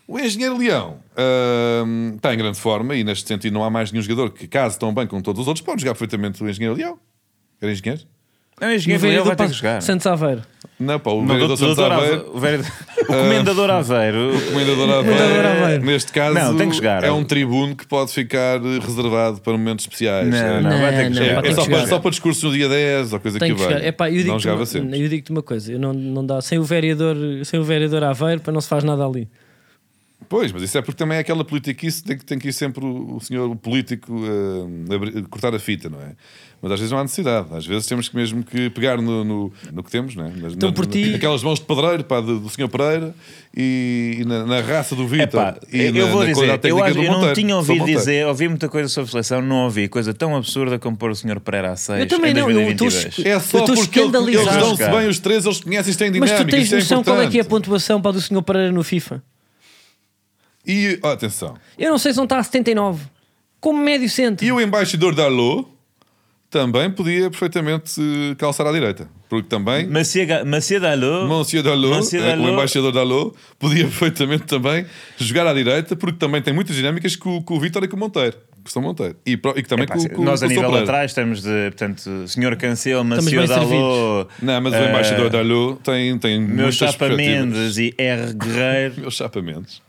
Speaker 3: O engenheiro Leão hum, está em grande forma e neste sentido não há mais nenhum jogador que case tão bem com todos os outros, pode jogar perfeitamente o engenheiro Leão. Era engenheiro?
Speaker 2: Não, o
Speaker 1: E o
Speaker 2: engenheiro Leão vai ter que
Speaker 1: Passos-
Speaker 2: jogar.
Speaker 1: Santos Aveiro.
Speaker 3: Não, pá, o
Speaker 2: Não,
Speaker 3: vereador
Speaker 2: doutor Ah.
Speaker 3: Santos Aveiro,
Speaker 2: Aveiro- o [LAUGHS] vereador- o comendador Aveiro.
Speaker 3: o
Speaker 2: [LAUGHS]
Speaker 3: comendador Aveiro,
Speaker 1: Comendador Aveiro.
Speaker 3: neste caso,
Speaker 2: Não, tem que jogar.
Speaker 3: é um tribuno que pode ficar eh, reservado para momentos especiais.
Speaker 2: Não,
Speaker 3: É.
Speaker 2: não, vai ter que
Speaker 1: Não,
Speaker 2: jogar.
Speaker 1: vai
Speaker 3: É,
Speaker 1: ter
Speaker 3: é
Speaker 1: que
Speaker 3: só,
Speaker 1: jogar.
Speaker 3: para, só para discurso no dia 10 ou coisa
Speaker 1: Tem
Speaker 3: que,
Speaker 1: que
Speaker 3: vai.
Speaker 1: chegar. Epá, eu
Speaker 3: não
Speaker 1: digo-te
Speaker 3: jogava
Speaker 1: uma,
Speaker 2: assim.
Speaker 3: sempre.
Speaker 1: eu digo-te uma coisa, eu não, não dá. Sem o, vereador, sem o vereador Aveiro, para não se faz nada ali.
Speaker 3: Pois, mas isso é porque também é aquela política isso tem que, tem que ir sempre o, o senhor o político eh, abri- cortar a fita, não é? Mas às vezes não há necessidade, às vezes temos que mesmo que pegar no, no, no que temos, não é? Nas-
Speaker 1: Então,
Speaker 3: na-
Speaker 1: por
Speaker 3: na-
Speaker 1: ti-
Speaker 3: Aquelas mãos de pedreiro pá, do, do senhor Pereira e, e na, na raça do Vitor.
Speaker 2: Epá, eu eu vou dizer, eu, acho, eu não tinha ouvido dizer, ouvi muita coisa sobre seleção, não ouvi coisa tão absurda como pôr o senhor Pereira a 6
Speaker 1: Eu também
Speaker 2: em
Speaker 1: não, eu
Speaker 2: 2022.
Speaker 1: estou-
Speaker 3: É
Speaker 1: Eu
Speaker 3: só
Speaker 1: estou
Speaker 3: porque eles, eles
Speaker 1: escandalizado.
Speaker 3: dão-se bem os três, eles conhecem, têm
Speaker 1: Mas
Speaker 3: dinâmica.
Speaker 1: tu tens
Speaker 3: isto é
Speaker 1: noção qual é que é a
Speaker 3: importante.
Speaker 1: pontuação para do senhor Pereira no FIFA?
Speaker 3: E, ó, atenção,
Speaker 1: Eu não sei se não está a 79. Como médio centro.
Speaker 3: E o embaixador da Alô também podia perfeitamente eh, calçar à direita. Porque também
Speaker 2: Macia, Macia Dalot,
Speaker 3: Monsieur Dalot,
Speaker 2: Monsieur
Speaker 3: eh,
Speaker 2: Dalot.
Speaker 3: o embaixador da Alô, podia [LAUGHS] perfeitamente também jogar à direita, porque também tem muitas dinâmicas com, com o Vitória e com o Monteiro. Com o São Monteiro. E, pro- e que também
Speaker 2: Epá,
Speaker 3: com,
Speaker 2: se-
Speaker 3: com,
Speaker 2: nós a
Speaker 3: com o São
Speaker 2: nível
Speaker 3: Pereira.
Speaker 2: atrás estamos de, portanto, senhor Cancelo,
Speaker 1: bem
Speaker 2: Macia Dalot,
Speaker 3: Não, mas o
Speaker 2: eh,
Speaker 3: embaixador da Alô tem, tem
Speaker 2: meu
Speaker 3: muitas
Speaker 2: Chapa
Speaker 3: perspectivas.
Speaker 2: Mendes e R. Guerreiro.
Speaker 3: [LAUGHS] Meu Chapa Mendes.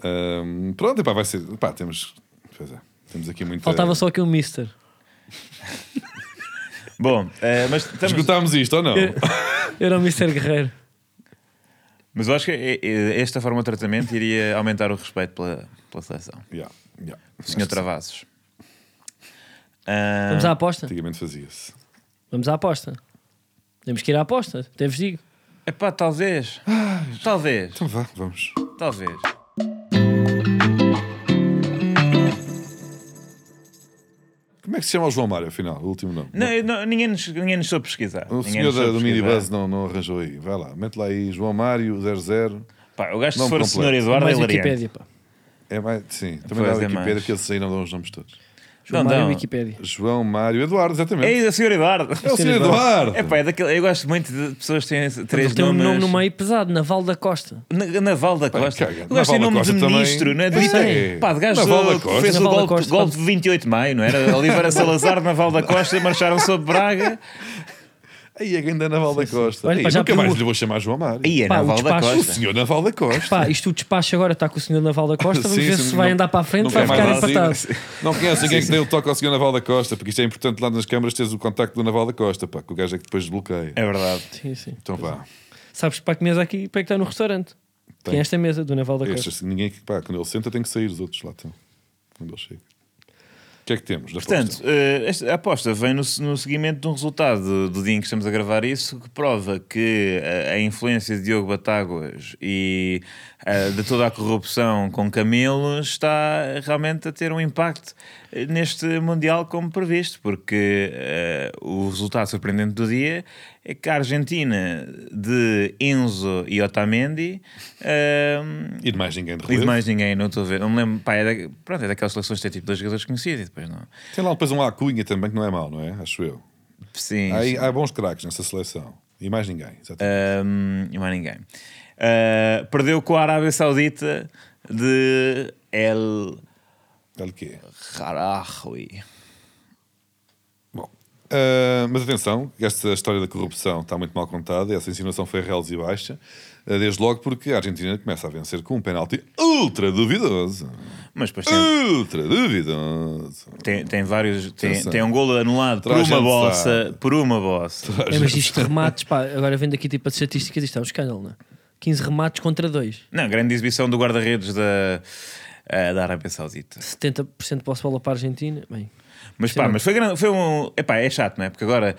Speaker 3: Ahm, pronto, epá, vai ser. Epá, temos. Pois é, temos aqui muita.
Speaker 1: Faltava só aqui um mister.
Speaker 2: Bom, eh, mas, estamos-
Speaker 3: Esgotámos isto
Speaker 1: [LAUGHS]
Speaker 3: ou não?
Speaker 1: Era o mister Guerreiro.
Speaker 2: mas eu acho que eh, eh, esta forma de tratamento iria aumentar o respeito pela, pela seleção.
Speaker 3: Yeah, yeah.
Speaker 2: O senhor Travassos. Ah.
Speaker 1: Vamos à aposta?
Speaker 3: Antigamente fazia-se.
Speaker 1: Vamos à aposta. Temos que ir à aposta, até vos digo.
Speaker 2: Epá, talvez. Talvez.
Speaker 3: Então vá, vamos.
Speaker 2: Talvez.
Speaker 3: Como é que se chama o João Mário, afinal? O último nome.
Speaker 2: Não, eu não- ninguém, nos, ninguém nos soube pesquisar.
Speaker 3: o
Speaker 2: Ninguém
Speaker 3: senhor
Speaker 2: nos
Speaker 3: da,
Speaker 2: soube
Speaker 3: do Minibus
Speaker 2: pesquisar.
Speaker 3: não, não arranjou aí. Vai lá, mete lá aí João Mário 00.
Speaker 2: Pá, o gajo, se
Speaker 3: Nome
Speaker 2: for o
Speaker 3: completo.
Speaker 2: senhor Eduardo, é
Speaker 1: Mais
Speaker 2: hilariante.
Speaker 1: Wikipédia, pá.
Speaker 3: É mais, sim,
Speaker 2: Pois
Speaker 3: também dá a
Speaker 2: é,
Speaker 3: Wikipedia,
Speaker 2: mas-
Speaker 3: que eles aí não dão os nomes todos.
Speaker 2: Não,
Speaker 1: João Mário
Speaker 2: não.
Speaker 1: Wikipédia.
Speaker 3: João Mário Eduardo,
Speaker 2: É
Speaker 3: exatamente.
Speaker 2: isso, o senhor Eduardo.
Speaker 3: É, o senhor
Speaker 1: Eduardo.
Speaker 3: Eduardo.
Speaker 2: É, pá, é daquele, eu gosto muito de pessoas que têm esse- três
Speaker 1: Ele tem um
Speaker 2: nomes.
Speaker 1: nome no meio pesado, Naval da Costa.
Speaker 2: Na, Naval da
Speaker 3: Pá,
Speaker 2: Costa.
Speaker 3: caga.
Speaker 2: o gajo tem
Speaker 3: Naval da
Speaker 2: nome de
Speaker 3: Costa também.
Speaker 2: ministro, não é? De,
Speaker 3: Sim.
Speaker 2: Pá, de gajo
Speaker 3: Naval da
Speaker 2: que
Speaker 3: Costa.
Speaker 2: fez
Speaker 1: Naval da
Speaker 2: o golpe,
Speaker 1: Costa,
Speaker 2: golpe de 28 de maio, não era? Oliveira Salazar, Naval da Costa, marcharam sobre Braga.
Speaker 3: Aí a grande Naval da Costa.
Speaker 1: Olha,
Speaker 3: Aí,
Speaker 1: pá, já
Speaker 3: nunca
Speaker 1: pediu-
Speaker 3: mais lhe vou chamar João Mário.
Speaker 2: Aí é
Speaker 1: Pá, o
Speaker 2: Naval da
Speaker 1: despacho-
Speaker 3: O
Speaker 2: Costa.
Speaker 3: senhor Naval da Costa.
Speaker 1: Pá, isto o despacho agora está com o senhor Naval da Costa. Vamos
Speaker 3: Sim,
Speaker 1: ver
Speaker 3: sim,
Speaker 1: se vai
Speaker 3: não-
Speaker 1: andar para a frente,
Speaker 3: nunca
Speaker 1: vai ficar
Speaker 3: mais
Speaker 1: empatado.
Speaker 3: assim. Não conheço ninguém que dê o toque ao senhor Naval da Costa, porque isto é importante lá nas câmaras teres o contacto do Naval da Costa, pá, que o gajo é que depois desbloqueia.
Speaker 2: É verdade.
Speaker 1: Sim, sim.
Speaker 3: Então vá.
Speaker 1: Sabes para que mesa aqui para que está no restaurante?
Speaker 3: Tem.
Speaker 1: Tem esta mesa do Naval da Costa.
Speaker 3: Estes, ninguém, pá, quando ele senta tem que sair, os outros lá estão. Quando ele chega. O que é que temos? da
Speaker 2: Portanto, eh, esta- a aposta vem no, no seguimento de um resultado do, do dia em que estamos a gravar isso, que prova que eh, a influência de Diogo Batáguas e eh, de toda a corrupção com Camelo está realmente a ter um impacto eh, neste Mundial como previsto, porque eh, o resultado surpreendente do dia é que a Argentina de Enzo e Otamendi eh,
Speaker 3: E de mais ninguém de
Speaker 2: e de
Speaker 3: relevo.
Speaker 2: mais ninguém, não estou a ver. Não me lembro. Pá, é da- pronto, é daquelas seleções que tem tipo dois jogadores conhecidos e depois não.
Speaker 3: Tem lá depois um Acunha também que não é mau, não é? Acho eu.
Speaker 2: Sim.
Speaker 3: Há,
Speaker 2: sim. É.
Speaker 3: há bons craques nessa seleção. E mais ninguém. exatamente.
Speaker 2: Ahm, e mais ninguém. Ah, perdeu com a Arábia Saudita de El
Speaker 3: Olha o que é.
Speaker 2: Harahui.
Speaker 3: Bom, ah, mas atenção, esta história da corrupção está muito mal contada, essa insinuação foi real e baixa, ah, desde logo porque a Argentina começa a vencer com um penalti ultra duvidoso.
Speaker 2: Mas depois
Speaker 3: Ah!
Speaker 2: tem,
Speaker 3: Ultra duvidoso.
Speaker 2: tem, tem vários. Tem,
Speaker 3: Atenção.
Speaker 2: tem um golo anulado por
Speaker 3: Toda a
Speaker 2: uma
Speaker 3: gente
Speaker 2: bossa.
Speaker 3: sabe.
Speaker 2: Por uma bossa.
Speaker 1: É, mas isto de remates, pá, agora vendo aqui tipo as estatísticas, isto é um escândalo, não é? 15 remates contra 2.
Speaker 2: Não, grande exibição do guarda-redes da, eh, da Arábia Saudita.
Speaker 1: 70% de posse de bola para a Argentina. Bem,
Speaker 2: Mas pá, mas foi, grande, foi um. Epá, é chato, não é? Porque agora,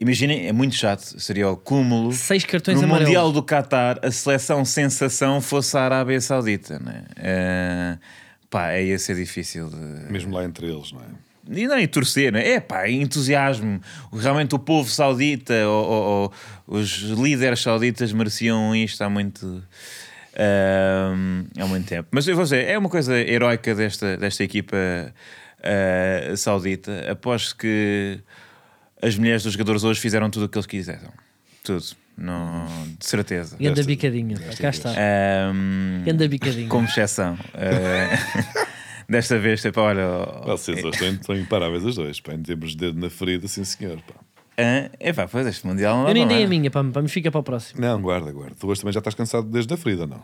Speaker 2: imaginem, é muito chato. Seria o cúmulo.
Speaker 1: Seis cartões
Speaker 2: no
Speaker 1: amarelos.
Speaker 2: Mundial do Qatar, a seleção sensação fosse a Arábia Saudita, não é? Eh, pá, ia ser difícil de.
Speaker 3: Mesmo lá entre eles, não é?
Speaker 2: E não, e torcer, não é? É pá, entusiasmo. Realmente o povo saudita, ou, ou- ou os líderes sauditas mereciam isto há muito, ahm, há muito tempo. Mas eu vou dizer, é uma coisa heroica desta, desta equipa ah, saudita. Aposto que as mulheres dos jogadores hoje fizeram tudo o que eles quiseram. Tudo. Não, de certeza.
Speaker 1: e anda
Speaker 3: Desta-
Speaker 1: bicadinha. pá,
Speaker 3: é
Speaker 1: Cá está.
Speaker 2: Ahm,
Speaker 1: Ganda bicadinha.
Speaker 2: como exceção. Ah, [LAUGHS] desta vez, tipo, olha. ó-
Speaker 3: Vocês hoje estão, estão imparáveis as dois, pá, em termos de dedo na ferida, sim senhor. Pá.
Speaker 2: Ah, epá, pois este Mundial não dá
Speaker 1: Eu nem
Speaker 2: para
Speaker 1: dei a
Speaker 3: é?
Speaker 2: mais.
Speaker 1: minha, pá, mas fica para o próximo.
Speaker 3: Não, guarda, guarda. Tu hoje também já estás cansado desde a ferida, não?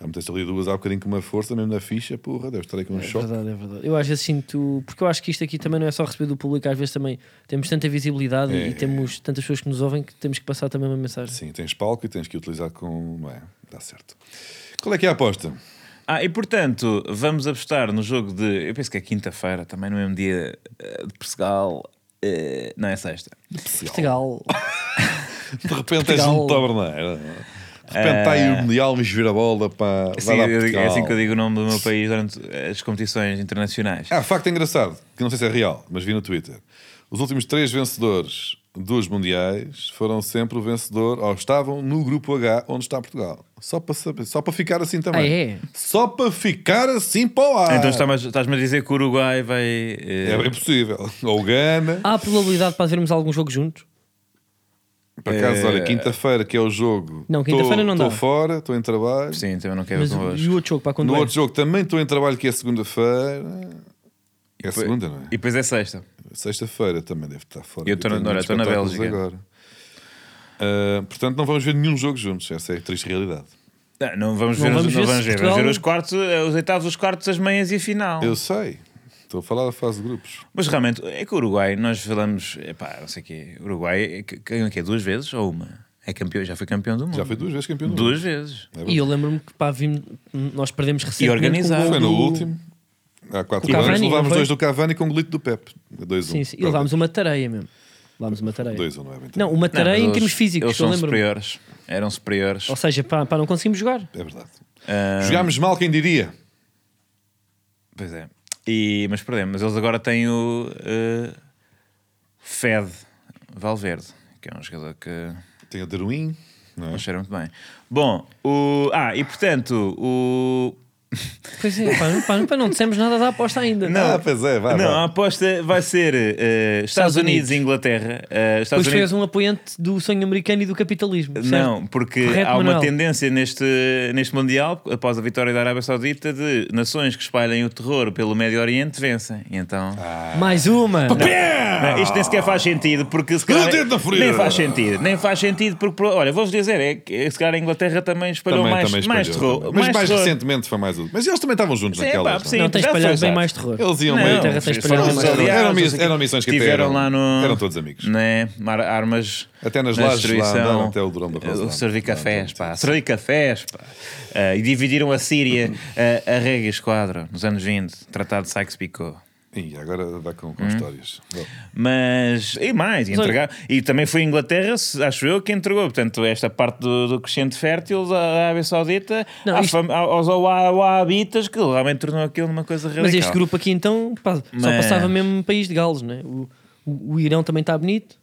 Speaker 3: Já meteste ali duas há bocadinho com uma força, mesmo na ficha, porra, deve estar aí com um
Speaker 1: É
Speaker 3: choque.
Speaker 1: verdade, é verdade. Eu às vezes sinto. Porque eu acho que isto aqui também não é só receber do público, às vezes também temos tanta visibilidade e-
Speaker 3: É.
Speaker 1: e temos tantas pessoas que nos ouvem que temos que passar também uma mensagem.
Speaker 3: Sim, tens palco e tens que utilizar com. Bem, dá certo. Qual é que é a aposta?
Speaker 2: Ah, e portanto, vamos apostar no jogo de. Eu penso que é quinta-feira, também no mesmo dia eh, de Portugal. eh, não é sexta.
Speaker 1: Portugal.
Speaker 2: [LAUGHS]
Speaker 3: De repente és um
Speaker 1: Portugal.
Speaker 3: taberneiro. De repente está aí o Mundial, mas vira a bola para.
Speaker 2: Assim,
Speaker 3: dar
Speaker 2: É. eu digo- é
Speaker 3: Portugal.
Speaker 2: assim que eu digo o nome do meu país durante as competições internacionais.
Speaker 3: Ah, facto engraçado, que não sei se é real, mas vi no Twitter. Os últimos três vencedores dos Mundiais foram sempre o vencedor, ou estavam no grupo H, onde está Portugal. Só para saber, só para ficar assim também.
Speaker 1: Ah, é?
Speaker 3: Só para ficar assim para o ar.
Speaker 2: Então está-me a- estás-me a dizer que o Uruguai vai. eh,
Speaker 3: É bem possível. Ou Gana.
Speaker 1: Há a probabilidade para vermos algum jogo juntos?
Speaker 3: Por acaso,
Speaker 2: É.
Speaker 3: olha, quinta-feira que é o jogo.
Speaker 1: Não, quinta-feira
Speaker 3: Tô-
Speaker 1: não
Speaker 3: Estou
Speaker 1: dá.
Speaker 3: fora, estou em trabalho.
Speaker 2: Sim, também não quero
Speaker 1: Mas e
Speaker 2: convosco.
Speaker 1: o outro jogo, para quando
Speaker 3: No
Speaker 1: é?
Speaker 3: outro jogo também estou em trabalho que é segunda-feira. É segunda, não é?
Speaker 2: E depois é sexta.
Speaker 3: Sexta-feira também deve estar fora.
Speaker 2: Eu tô na-
Speaker 3: tenho
Speaker 2: olha,
Speaker 3: muitos
Speaker 2: tô na
Speaker 3: espetáculos
Speaker 2: é Bélgica.
Speaker 3: Agora. Ah, portanto, não vamos ver nenhum jogo juntos. Essa é a triste realidade.
Speaker 2: Não, não vamos
Speaker 1: Não
Speaker 2: ver,
Speaker 1: vamos
Speaker 2: os- não
Speaker 1: ver se
Speaker 2: vamos ver. Vamos
Speaker 1: Portugal-
Speaker 2: ver os quartos, eh, os oitavos, os quartos, as meias e a final.
Speaker 3: Eu sei. Estou a falar da fase de grupos.
Speaker 2: Mas realmente, é que o Uruguai, nós falamos, epá, não sei o quê, o Uruguai é que- ganhou o quê? Duas vezes ou uma? É campeão, já foi campeão do mundo.
Speaker 3: Já foi duas vezes campeão do mundo. É.
Speaker 2: Duas vezes.
Speaker 1: E eu lembro-me que pá, vimos, nós perdemos recentemente.
Speaker 2: organizado.
Speaker 1: com o
Speaker 3: Foi
Speaker 1: gol
Speaker 3: no
Speaker 1: do-
Speaker 3: último. Há quatro
Speaker 1: Com o
Speaker 3: anos.
Speaker 1: Cavani, não
Speaker 3: levámos
Speaker 1: foi?
Speaker 3: dois do Cavani com o glito do Pepe. 2-1.
Speaker 1: Sim, sim. E levámos uma tareia mesmo. Levámos uma tareia.
Speaker 3: 2-1, não é bem
Speaker 1: Não, uma
Speaker 2: Não,
Speaker 1: tareia
Speaker 2: mas
Speaker 1: em termos
Speaker 2: eles-
Speaker 1: físicos,
Speaker 2: Eles
Speaker 1: que eu
Speaker 2: são
Speaker 1: lembro.
Speaker 2: superiores. Eram superiores.
Speaker 1: Ou seja, pá, pá, não conseguimos jogar.
Speaker 3: É verdade.
Speaker 2: Ah,
Speaker 3: Jogámos mal, quem diria?
Speaker 2: Pois é. E, mas perdemos. Mas eles agora têm o ah, Fed Valverde, que é um jogador
Speaker 3: Hum.
Speaker 2: que
Speaker 3: Tem o Darwin. Não é?
Speaker 2: não cheira muito bem. Bom, o... Ah, e portanto, o...
Speaker 1: Pois é, pá, não, pá, não- pá, não dissemos nada da aposta ainda.
Speaker 3: Ah, pois é, vai.
Speaker 2: não,
Speaker 3: vai.
Speaker 2: a aposta vai ser eh, Estados,
Speaker 1: Estados
Speaker 2: Unidos
Speaker 1: Unidos.
Speaker 2: e Inglaterra. Eh, Estados
Speaker 1: Pois tu
Speaker 2: Unidos...
Speaker 1: és um apoiante do sonho americano e do capitalismo. certo?
Speaker 2: Não, porque
Speaker 1: Correto,
Speaker 2: há uma
Speaker 1: Manuel?
Speaker 2: tendência neste, neste Mundial, após a vitória da Arábia Saudita, de nações que espalhem o terror pelo Médio Oriente vencem. E então.
Speaker 3: Ah.
Speaker 1: Mais uma!
Speaker 2: é Não, isto nem sequer faz sentido, porque se
Speaker 3: o dedo na ferida.
Speaker 2: nem faz sentido, nem faz sentido, porque pro- olha, vou-vos dizer, é que se calhar a Inglaterra também espalhou
Speaker 3: Também,
Speaker 2: mais,
Speaker 3: também
Speaker 2: mais
Speaker 3: espalhou,
Speaker 2: terror.
Speaker 3: também. Mas mais,
Speaker 2: terror.
Speaker 3: recentemente foi mais outro. Mas eles também estavam juntos
Speaker 2: Sim,
Speaker 3: naquela.
Speaker 2: pá,
Speaker 3: não é?
Speaker 2: sim.
Speaker 1: Não tem
Speaker 2: Já foi,
Speaker 1: espalhado bem
Speaker 2: já.
Speaker 1: mais terror.
Speaker 3: Eles iam
Speaker 2: Não,
Speaker 3: meio.
Speaker 1: Terra tem espalhado
Speaker 3: Eram-
Speaker 1: mais terra.
Speaker 3: eram, mis- eram missões que até
Speaker 2: tiveram
Speaker 3: eram,
Speaker 2: lá no.
Speaker 3: eram todos amigos.
Speaker 2: Né? Mar- Armas.
Speaker 3: Até nas
Speaker 2: na
Speaker 3: lajes lá
Speaker 2: destruição.
Speaker 3: andaram até o Durão da é Rosa.
Speaker 2: O servir
Speaker 3: Andaram
Speaker 2: cafés,
Speaker 3: todos.
Speaker 2: pá. Servir cafés, pá. Ah, e dividiram a Síria a, a Rega Esquadra nos anos 20, Tratado de Sykes-Picot.
Speaker 3: Ih, agora dá com, com histórias. Bom,
Speaker 2: Mas, e mais, e, entregar, e também foi a Inglaterra, se- acho eu, que entregou, portanto, esta parte do, do crescente fértil da Arábia Saudita
Speaker 1: Não,
Speaker 2: à
Speaker 1: isto-
Speaker 2: fam- aos Wahhabitas, que realmente tornou aquilo uma coisa radical.
Speaker 1: Mas este grupo aqui então pá, só
Speaker 2: Mas-
Speaker 1: passava mesmo país de galos, né? O, o, o Irão também está bonito,